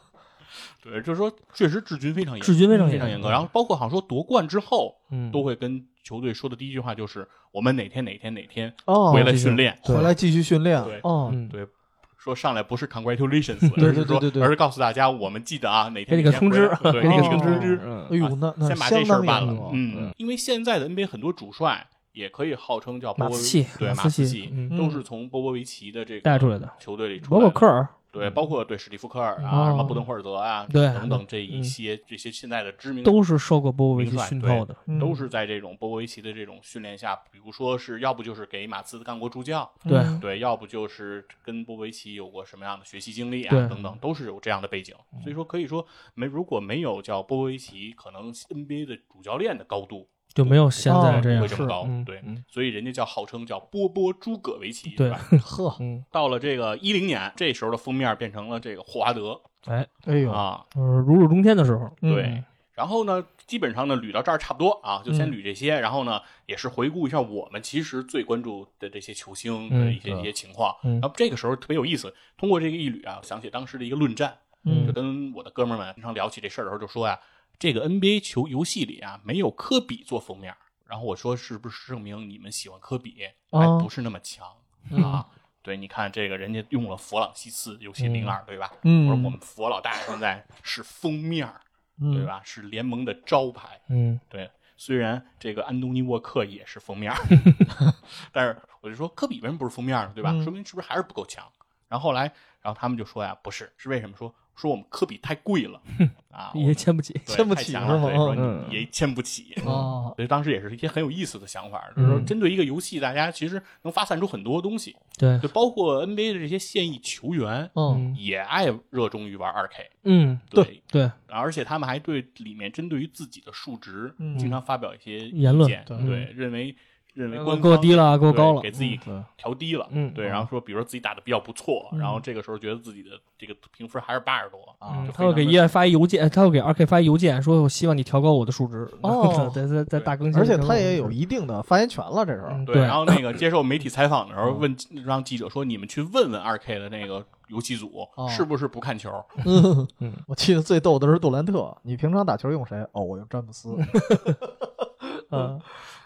对，就是说确实治军非常严，治军非常嗯非常严严格格。然后包括好像说夺冠之后，嗯都会跟球队说的第一句话就是我们哪天哪天哪天哦，回来训练。对回来继续训练对，哦，嗯，对，说上来不是 <laughs> congratulations，对而是对说对对而是告诉大家我们记得啊哪给天你个哪天通知回来，对， <laughs> 给你给个你个通通知知，，哎嗯呦，那那啊先把这相事儿当办严了格。嗯，因为现在的 NBA 很多主帅也可以号称叫波马波刺系对马马刺刺系系嗯都是从波波维奇的这个带出来的，球队里出包来括的，科尔，对，包括对史蒂夫科尔哦啊，什么布登霍尔德啊，对等等这一嗯些这些现在的知名都是受过波波维奇明白熏对陶的，嗯都是在这种波波维奇的这种训练下，比如说是要不就是给马刺干过助教，对嗯对，要不就是跟波波维奇有过什么样的学习经历啊，对嗯等等，都是有这样的背景。所以说，可以说没如果没有叫波波维奇，可能 NBA 的主教练的高度就没有现在哦不这样会，这么高，嗯对，嗯所以人家叫号称叫波波诸葛维奇，对是吧？呵，嗯，到了这个一零年，这时候的封面变成了这个霍华德哎，哎呦，啊，就是如日中天的时候，嗯对，然后呢，基本上呢捋到这儿差不多啊，就嗯先捋这些。然后呢，也是回顾一下我们其实最关注的这些球星的一些、嗯一些情况。嗯然后这个时候特别有意思，通过这个一捋啊，想起当时的一个论战，嗯就跟我的哥们儿们经常聊起这事儿的时候就说呀、这个 NBA 球游戏里啊没有科比做封面儿。然后我说是不是证明你们喜欢科比还哦嗯不是那么强、啊？对，你看这个人家用了弗朗西斯游戏零二、对吧？嗯我说我们佛老大现在是封面儿。对嗯，吧？是联盟的招牌。嗯，对，虽然这个安东尼沃克也是封面儿，但是我就说科比为什么不是封面儿呢？对吧？嗯说明是不是还是不够强？然后后来，然后他们就说呀，不是，是为什么说？说我们科比太贵了啊，我也们签不起，对签不太起强是了，吗对，说嗯你也签不起。哦，所以当时也是一些很有意思的想法，就是说嗯针对一个游戏，大家其实能发散出很多东西，对，就包括 NBA 的这些现役球员嗯，也爱热衷于玩二 K，嗯，对，对，而且他们还对里面针对于自己的数值，嗯经常发表一些意见言论对，对认为认为官给我低了，了，给我啊高了，对给自己对调低了，嗯对，嗯然后说比如说自己打的比较不错，然后这个时候觉得自己的这个评分还是八十多啊嗯，就他会非给常一的爱发一邮件，他会给二 K 发一邮件，说我希望你调高我的数值。 <laughs> 哦再再再大更新。而且他也有一定的发言权了，这时候嗯对，然后那个接受媒体采访的时候问，让记者说你们去问问二 K 的那个游戏组哦是不是不看球，我记得最逗的是杜兰特，你平常打球用谁？哦，我用詹姆斯。嗯，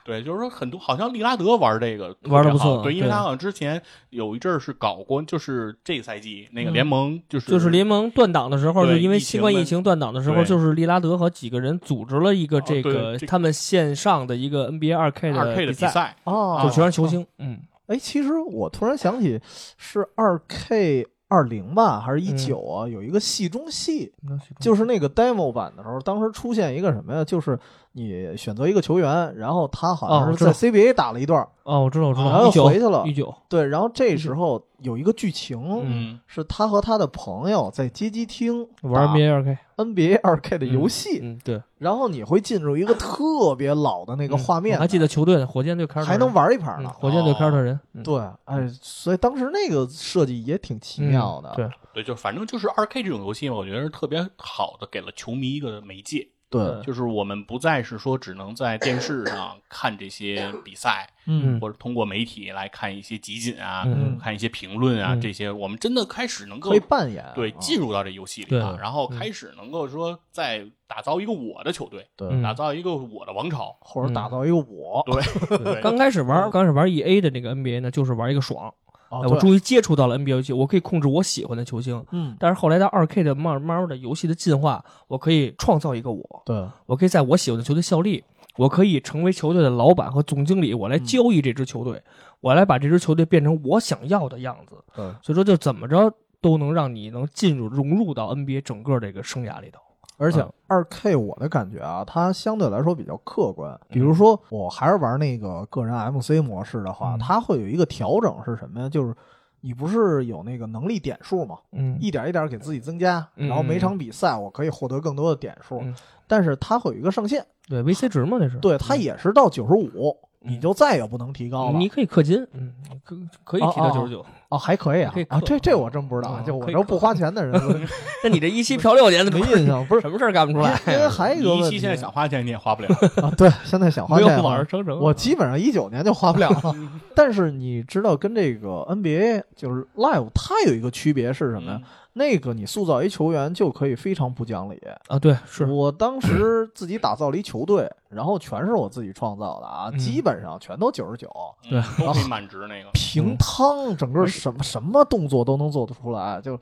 对，就是说很多，好像利拉德玩这个玩特得别不错好对，因对为他好像之前有一阵儿是搞过，就是这个赛季那个联盟就是嗯就是联盟断档的时候，对就因为疫情新冠疫嘛情断档的时候，对就是利拉德和几个人组织了一个哦这对个这他们线上的一个 NBA 二 K 二 K 的比比，赛，啊哦，就全是球星。嗯，哎，其实我突然想起，是二 K 二零吧，嗯还是一九啊？有一个戏中戏，就是那个 demo 版的时候，当时出现一个什么呀？就是你选择一个球员，然后他好哦像我是知道在 CBA 打了一段，哦，我知道，我知然道，后一九啊回去了一九，对，然后这时候有一个剧情。嗯，是他和他的朋友在街机厅玩 NBA 二 K。打 NBA 二 K 的游戏，嗯，对，然后你会进入一个特别老的那个嗯画面我的，还记得球队呢，火箭队开始还能玩一盘嗯呢。火箭队开始的人，嗯对，哎，所以当时那个设计也挺奇嗯妙的。对，对，就反正就是二 K 这种游戏嘛，我觉得是特别好的，给了球迷一个媒介，嗯对，就是我们不再是说只能在电视上看这些比赛，嗯或者通过媒体来看一些集锦啊，嗯看一些评论啊，嗯这些我们真的开始能够可以扮演，嗯对啊进入到这游戏里啊对，然后开始能够说再打造一个我的球队，对嗯打造一个我的王朝，或者打造一个我，对对刚开始玩，刚开始玩 EA 的那个 NBA 呢，就是玩一个爽，啊哎嗯对我终于接触到了 NBA 游戏，我可以控制我喜欢的球星。嗯，但是后来到二 K 的慢慢慢的游戏的进化，我可以创造一个我，对，我可以在我喜欢的球队效力，我可以成为球队的老板和总经理，嗯我来交易这支球队，我来把这支球队变成我想要的样子。对，所以说，就怎么着都能让你能进入融入到 NBA 整个这个生涯里头。而且嗯二 K 我的感觉啊，它相对来说比较客观。嗯比如说，我还是玩那个个人 MC 模式的话，嗯它会有一个调整是什么呀？就是你不是有那个能力点数吗？嗯一点一点给自己增加，嗯然后每场比赛我可以获得更多的点数嗯，但是它会有一个上限，对 VC 值嘛，这是对，它嗯也是到九十五，嗯你就再也不能提高了。你可以氪金，嗯，可可以提到哦九哦十九。哦，还可以啊可以，啊，氪这这我真不知道，啊嗯就我可以这不花钱的人 <laughs> 那你这一期嫖六年的没印象，不是 <laughs> 什么事儿干不出来因为因为还有一你个一问期题现在想花钱你也花不了，啊，对，现在 <laughs> 想花没有钱往啊上，生成。我基本上一九年就花不了了。但是你知道跟这个 NBA 就是 Live 它有一个区别是什么嗯呀？那个你塑造一球员就可以非常不讲理。啊，对，是我当时自己打造了一球队，然后全是我自己创造的啊，嗯基本上全都九十九，嗯，对，都可以满值那个。平嗯汤，整个什么什么动作都能做得出来，就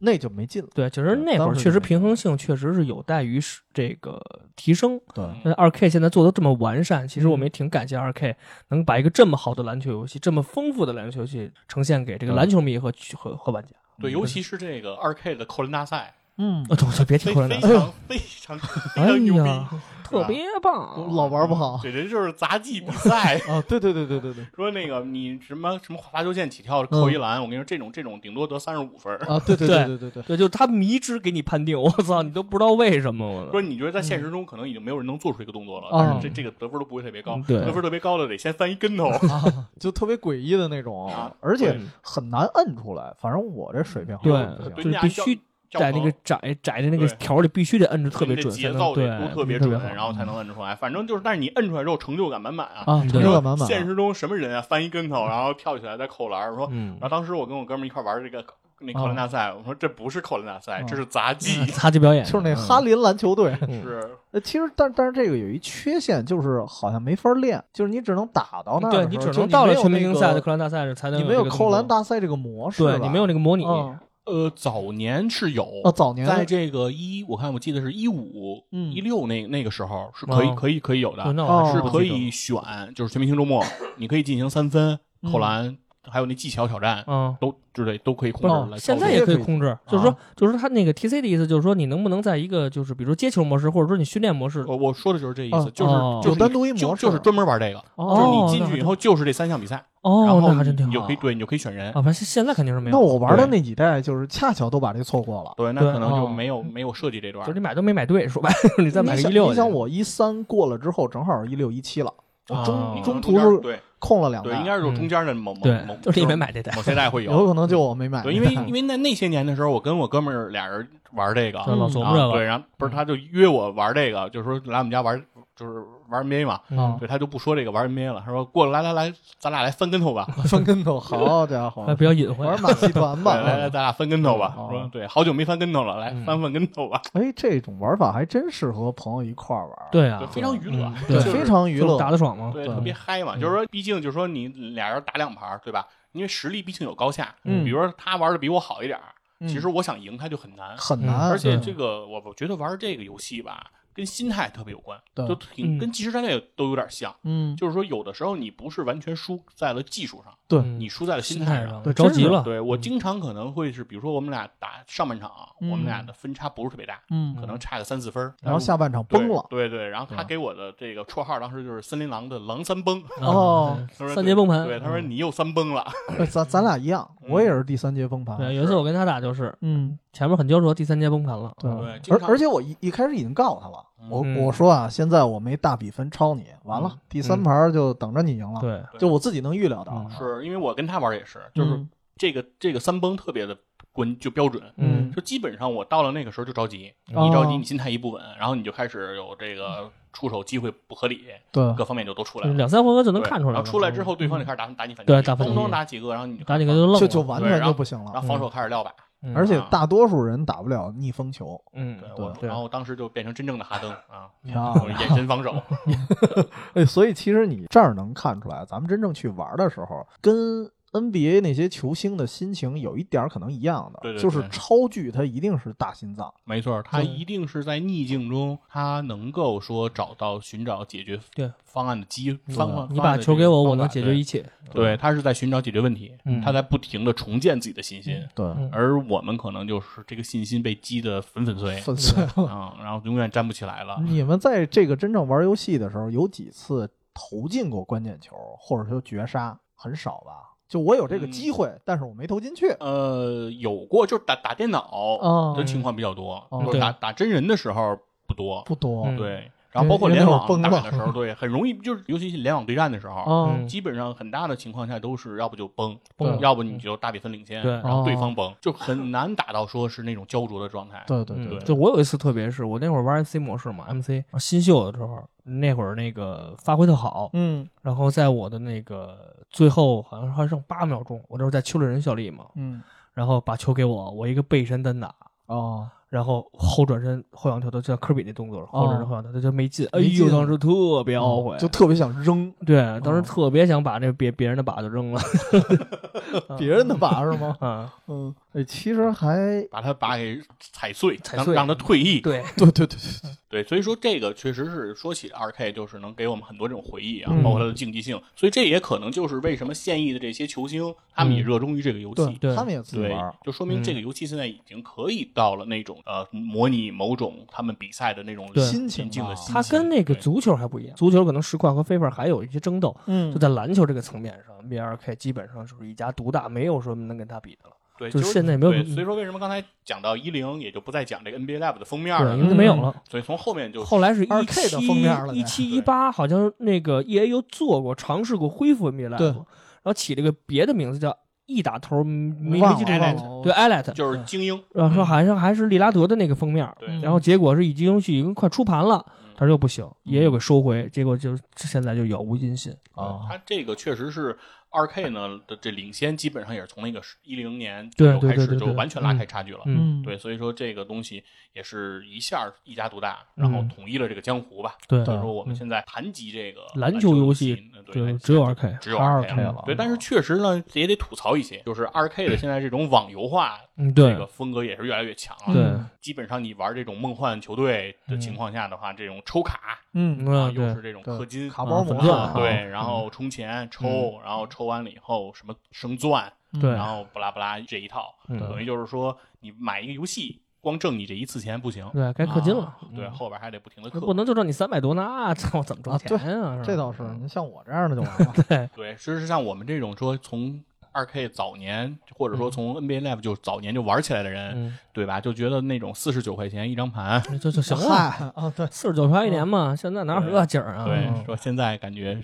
那就没劲了。对，其实对那会当儿时确实就没平衡性确实是有待于是这个提升。对那二 K 现在做的这么完善，其实我嗯们也挺感谢二 K 能把一个这么好的篮球游戏、这么丰富的篮球游戏呈现给这个对篮球迷和和和玩家。对，尤 <laughs> 其是这个二 K 的扣篮大赛，嗯，啊，对，就别提非扣篮非大哎赛，常非常非常牛逼哎呀，特别棒。老玩不好。对，这就是杂技比赛嗯啊！对对对对对对说那个你什么什么罚球线起跳扣一嗯篮，我跟你说，这种这种顶多得三十五分儿。啊！对对对对对对， <laughs> 对，就是他迷之给你判定，我操，你都不知道为什么。我说你觉得在嗯现实中可能已经没有人能做出一个动作了，嗯但是这这个得分都不会特别高嗯，对得分特别高的得先翻一跟头。啊，就特别诡异的那种啊，而且对很难摁出来。反正我这水平好像不对，行就是必须教在那个程窄窄的那个对条里必须得摁住特你别这准，才节能奏对得都特别别准，好然后才能摁出来。反正就是，但是你摁出来之后成就感满满啊！啊，嗯成就感满满。现实中什么人啊，翻一跟头，然后跳起来再扣篮儿，说嗯然，后当时我跟我哥们儿一块儿玩这个那扣篮大赛，我说这不是扣篮大赛，嗯这是杂技，杂技表演就是那哈林篮球队， <laughs> 嗯是呃其实但但是这个有一缺陷，就是好像没法练，就是你只能打到那儿对的时你候，只就能到了没有全明星那赛的个扣篮大赛上才能你没有有这个扣篮动作，大赛这个模式吧，对你没有那个模拟，嗯呃，早年是有哦，早年在这个一，我看我记得是一五嗯一六那那个时候是可以哦可以可以有对的，那我还是真哦不可记得了以选，就是全明星周末，你可以进行三分嗯扣篮，还有那技巧挑战嗯。都之类都可以控不制是来操作。现在也可以控制，就是啊说，就是说，他那个 T C 的意思就是说，你能不能在一个就是比如说接球模式，或者说你训练模式，我我说的就是这意哦思，就是哦就是有单独一模就式就是专门玩这个，就是哦你进那还去以真后就是这三项比赛，然哦，后那还真你挺你就好可以对你就可以选人啊。，反正现在肯定是没有。那我玩的那几代就是恰巧都把这错过了。对，那对可能就哦没有没有设计这段就是。你买都没买对，说白了，你再买你个一想六，你想我一三过了之后，正好一六一七了，我哦中你可中能途间是对空了两代，对，应该是有中间的某某嗯对某，，就是你没买这台某些代会 <laughs> 有有。可能就我没买。对，因 <laughs> 为因为那那些年的时候，我跟我哥们儿俩人玩这个，对老嗯琢磨啊，着对，了。然后不是他就约我玩这个，就是说来我们家玩，就是玩 NBA 嘛。嗯，对他就不说这个玩 NBA 了，他说过来来来，咱俩来翻跟头吧， <laughs> 翻跟头，好家伙还，比较隐晦。玩马戏团哎对来吧来，。咱俩翻跟头吧。哦说对，好久没翻跟头了，来嗯翻翻跟头吧，哎，这种玩法还真适合朋友一块儿玩。对对啊，非常娱乐嗯，就对是非常嗯娱就是乐。打得爽吗？对，特别嗨嘛。就是说，毕竟就是说你俩人打两盘儿，对吧？因为实力毕竟有高下，嗯比如说他玩的比我好一点儿，嗯其实我想赢他就很难。很难，嗯而且对这个我我觉得玩这个游戏吧，跟心态特别有关，对就挺嗯跟即时战略都有点像。嗯，就是说，有的时候你不是完全输在了技术上，对嗯你输在了心态态上。对着急真是了。啊对我经常可能会是，比如说我们俩打上半场啊，嗯我们俩的分差不是特别大，嗯，可能差个三四分儿，然后下半场对崩了，对对，然后他给我的这个绰号当时就是森林狼的狼三崩，哦他说嗯三节崩盘对，他说你又三崩了， <laughs> 哎咱咱俩一样，我也是第三节崩盘。对，有一次我跟他打就是嗯，前面很焦灼，第三节崩盘了。对对经而常而且我一一开始已经告诉他了，我嗯我说啊，现在我没大比分超你，完了第三盘就等着你赢了，对，就我自己能预料到嗯，是因为我跟他玩也是，就是嗯这个这个三崩特别的关就标准，嗯就基本上我到了那个时候就着急，哦一着急你心态一不稳，然后你就开始有这个出手机会不合理，对各方面就都出来嗯哦就了。两三回合就能对看出来了。然后出来之后，对方就嗯开始打打你反击，对打反击咚咚打几个，然后你打几个就愣了，就就完对全然后就不行然了后。防守开始撂摆，嗯而且大多数人打不了逆风球，嗯，对对我，然后当时就变成真正的哈登啊，漂我亮。眼神防守， <laughs> 哎，所以其实你这儿能看出来，咱们真正去玩的时候，跟 NBA 那些球星的心情有一点儿可能一样的，对对就是对超巨他一定是大心脏，没错，他对一定是在逆境中，他能够说找到寻找解决对方案的机方案。你方把案的球这给个我，我方法能解决一。切。对对，他是在寻找解决问题，嗯他在不停的重建自己的信心。对，嗯而我们可能就是这个信心被击得粉粉碎，粉嗯碎了。啊、然后永远站不起来 <laughs> 了。你们在这个真正玩游戏的时候，有几次投进过关键球，或者说绝杀？很少吧？就我有这个机会，但是我没投进去。呃，有过就是打打电脑哦的情况比较多，哦就是对打打真人的时候不多。不多，嗯对，然后包括联有点网崩打了的时候，对，很容易就是尤其是联网对战的时候，啊嗯基本上很大的情况下都是要不就崩，嗯崩要不你就大比分领先，对哦然后对方崩，就很难打到说是那种焦灼的状态。对对嗯对，就我有一次，特别是我那会儿玩 MC 模式嘛，MC 新秀的时候，那会儿那个发挥特好，嗯然后在我的那个最后好像还剩八秒钟，我那时候在丘陵人效力嘛，嗯然后把球给我，我一个背身单打，哦，然后后转身后仰跳投，就像科比那动作，后转哦身后仰跳投就没进，哎没进呦，当时特别懊悔，哦嗯就特哦别想扔，对，当时特别想把这别别人的靶就扔了别人的靶是吗？ <laughs> 啊，嗯，哎，其实还把他把给踩碎，踩让碎让他退役。对， <laughs> 对对对对，对，所以说这个确实是说起二 K，就是能给我们很多这种回忆啊，嗯包括它的竞技性。所以这也可能就是为什么现役的这些球星，他们也热衷于这个游戏。嗯对他们也自己对玩儿，就说嗯明这个游戏现在已经可以到了那种呃，模拟某种他们比赛的那种对心情心情境啊吧的心情。它跟那个对足球还不一样，足球可能实况和非法还有一些争斗，嗯就在篮球这个层面上，NBA 二 K 基本上就是一家独大，没有什么能跟他比的了。对，就其实现在没有对，所以说为什么刚才讲到一零，也就不再讲这个 NBA Live 的封面对，因为了。它没有了。所以从后面就后来是一 2K 的封面了一七一对八，好像那个 EA 又做过尝试过恢复 NBA Live，对然后起了个别的名字叫一打头，没没忘记住了哎忘那了，对 i l e t 就是精英，然后好像还是利拉德的那个封面，对嗯然后结果是已经是已经快出盘了，他说又不行，也有给收回，结果就是现在就杳无音信。啊，它这个确实是二 K 呢的这领先，基本上也是从那个一零年对就对开对始对就对完全拉嗯开差距了。嗯，对，所以说这个东西也是一下儿一家独大，然后嗯统一了这个江湖吧。对所以说我们嗯现在谈及这个篮篮球游游戏，嗯对就篮只有球二 K，嗯只有二 2K K 了对，但是确实呢，也得吐槽一些，就是二 K 的现在这种网游化，嗯，这对个风格也是越来越强了。对，嗯基本上你玩这种梦幻球队的情况下的话，这种抽卡嗯啊，嗯，又对是，这种对氪金卡包啊膜粉钻啊啊嗯对，然后充钱抽，然后抽完了以后什么升钻，对然后不拉不拉这一套，嗯等于就是说你买一个游戏，光挣你这一次钱不行，对该嗯氪金了嗯啊，对，后边还得不停的不氪。能就让你三百多，那 <laughs> 这我怎么啊挣钱啊？这吧倒是，你像我这样的就完了，对，事实上我们这种说从二 K 早年，或者说从 NBA Live 就早年就玩起来的人，嗯，对吧？就觉得那种四十九块钱一张盘，就就行了，嗨啊，对，四十九块一年嘛，现在哪有这景儿啊？对，说现在感觉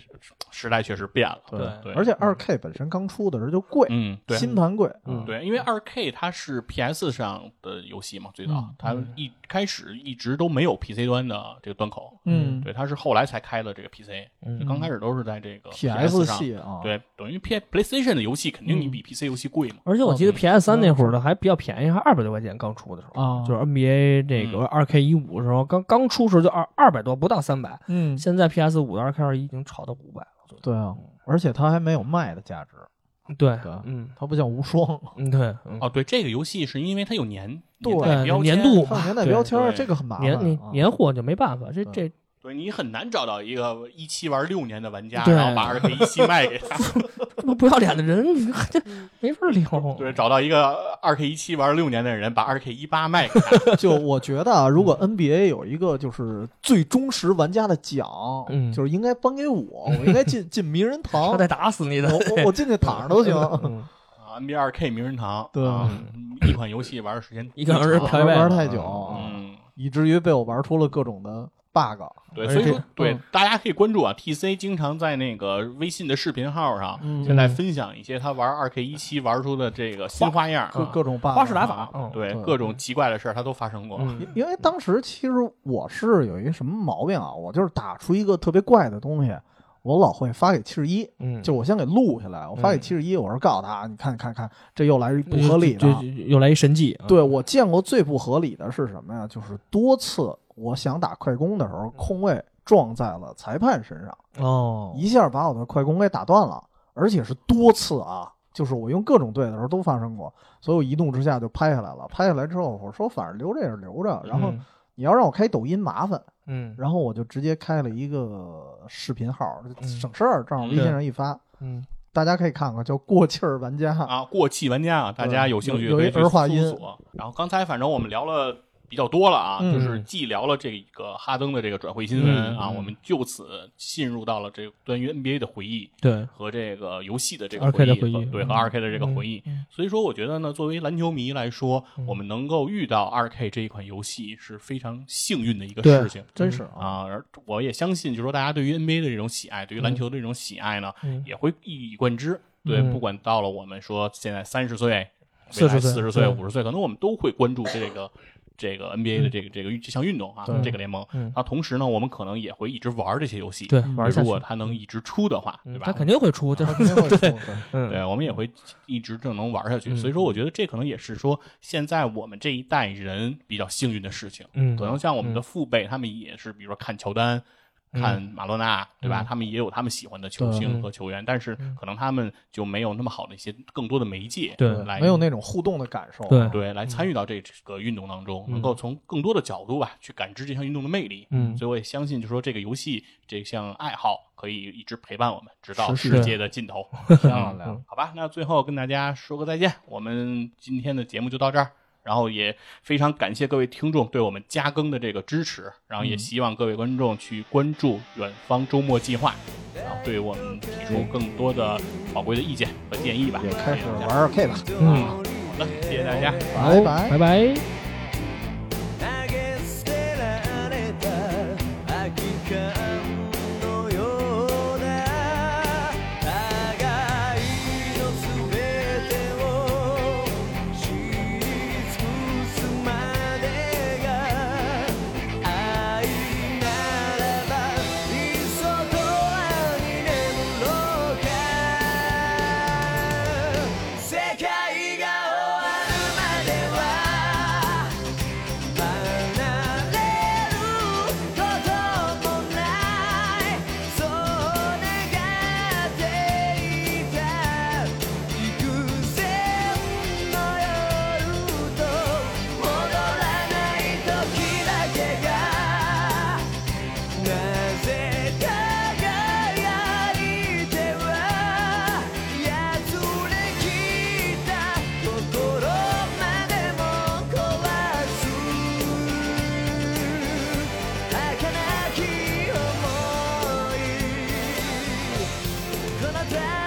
时代确实变了，对对，而且二 K 本身刚出的时候就贵，嗯，对。新盘贵，啊嗯，对，因为二 K 它是 PS 上的游戏嘛，最早、嗯它一开始一直都没有 PC 端的这个端口，嗯对，它是后来才开的这个 PC，、嗯刚开始都是在这个，PS 上，系啊，，对，等于 P PlayStation 的游戏肯定你比嗯 PC 游戏贵嘛，而且我记嗯得 PS 三那会儿的还比较便宜，还二百多块钱刚出的时候，啊就是 NBA 这个二 K 一五的时候，刚刚出时候就二二百多，不到三百。嗯，现嗯在 PS 五的二 K 二已经炒到五百了。对啊，而且它还没有卖的价值，对对嗯它不像无双，嗯对，嗯哦，对，这个游戏是因为它有年对年代标签年度它有年代对标签儿，对这个很麻烦年年啊，年货就没办法，这这对你很难找到一个一七玩六年的玩家，对然后把二 K 一七卖给 <laughs> 他，这么不要脸的人，你这没法聊。对，找到一个二 K 一七玩六年的人，把二 K 一八卖给他，就我觉得 <laughs> 啊，如果嗯 NBA 有一个就是最忠实玩家的奖，嗯就是应该颁给我，我应该 <laughs> 进进名人堂，他我得打死你的。我我进去躺着都 <laughs> 行。嗯啊，NBA 二 K 名人堂，对啊，一款游戏玩的时间一个小时最漂长移玩呗玩太久，嗯，以至于被我玩出了各种的 bug。对，而所以且说对嗯大家可以关注啊，TC 经常在那个微信的视频号上嗯现在分享一些他玩二 K 一七玩出的这个新花样，各啊各种 bug，花式打法啊嗯对对各种奇怪的事儿他都发生过，嗯因为当时其实我是有一什么毛病啊，我就是打出一个特别怪的东西，我老会发给七十一，嗯，就我先给录下来，我发给嗯七十一，我说告诉他，你看看看，这又来一不合理的啊就，就又来一神技。啊对，我见过最不合理的是什么呀？就是多次我想打快攻的时候，空位撞在了裁判身上，哦，一下把我的快攻给打断了，而且是多次啊！就是我用各种队的时候都发生过，所以我一怒之下就拍下来了。拍下来之后，我说反正留着也是留着，然后嗯你要让我开抖音麻烦，嗯然后我就直接开了一个视频号，嗯省事儿，正好微信上一发，嗯，大家可以看看，叫过气儿玩家。啊，过气玩家啊，大家有兴趣有可以有一儿化音去搜索。然后刚才反正我们聊了。比较多了啊，嗯就是既聊了这个哈登的这个转会新闻啊，嗯嗯我们就此进入到了这个关于 NBA 的回忆对，和这个游戏的这个 2K 的回回忆和对和 2K 的这个回忆。嗯所以说，我觉得呢，作为篮球迷来说，我们能够遇到 2K 这一款游戏是非常幸运的一个对事情。真是嗯啊，啊，而我也相信，就是说大家对于 NBA 的这种喜爱，对于篮球的这种喜爱呢，嗯也会一以贯之。对，嗯不管到了我们说现在三十岁、 40岁四十岁、对五十岁，可能我们都会关注这个这个 NBA 的这个这个这项运动啊对，这个联盟。嗯啊，同时呢，我们可能也会一直玩这些游戏。对，对，玩下如去果，它能一直出的话，对嗯吧？他肯定会出，就是他肯定会对，说对 <laughs> 嗯，对，我啊们也会一直就能玩下去。嗯所以说，我觉得这可能也是说现在我们这一代人比较幸运的事情。嗯，可能像我们的父辈，他们也是，比如说看乔丹、看马洛纳，对吧？嗯他们也有他们喜欢的球星和球员，但是可能他们就没有那么好的一些更多的媒介，对来没有那种互动的感受啊， <laughs> 对对来参与到这个运动当中，嗯能够从更多的角度吧去感知这项运动的魅力。嗯所以我也相信，就说这个游戏这项爱好可以一直陪伴我们，直到持续世界的尽 <laughs> 头。漂亮。好吧，那最后跟大家说个再见，我们今天的节目就到这儿。然后也非常感谢各位听众对我们加更的这个支持，然嗯后也希望各位观众去关注远方周末计划，然后对我们提出更多的宝贵的意见和建议吧。也开始谢谢大家玩二 K 吧，嗯，好的，谢谢大家。哎拜拜。拜拜。投げ捨てられた空き缶のような互いの全てを知り尽くすまでが愛ならばいっそ永遠に眠ろうか世界が終わるまでは離れることもないそう願っていた幾千の夜と戻らない時だけがなぜ輝いてはやつれきった心までも壊す儚き想いこの旅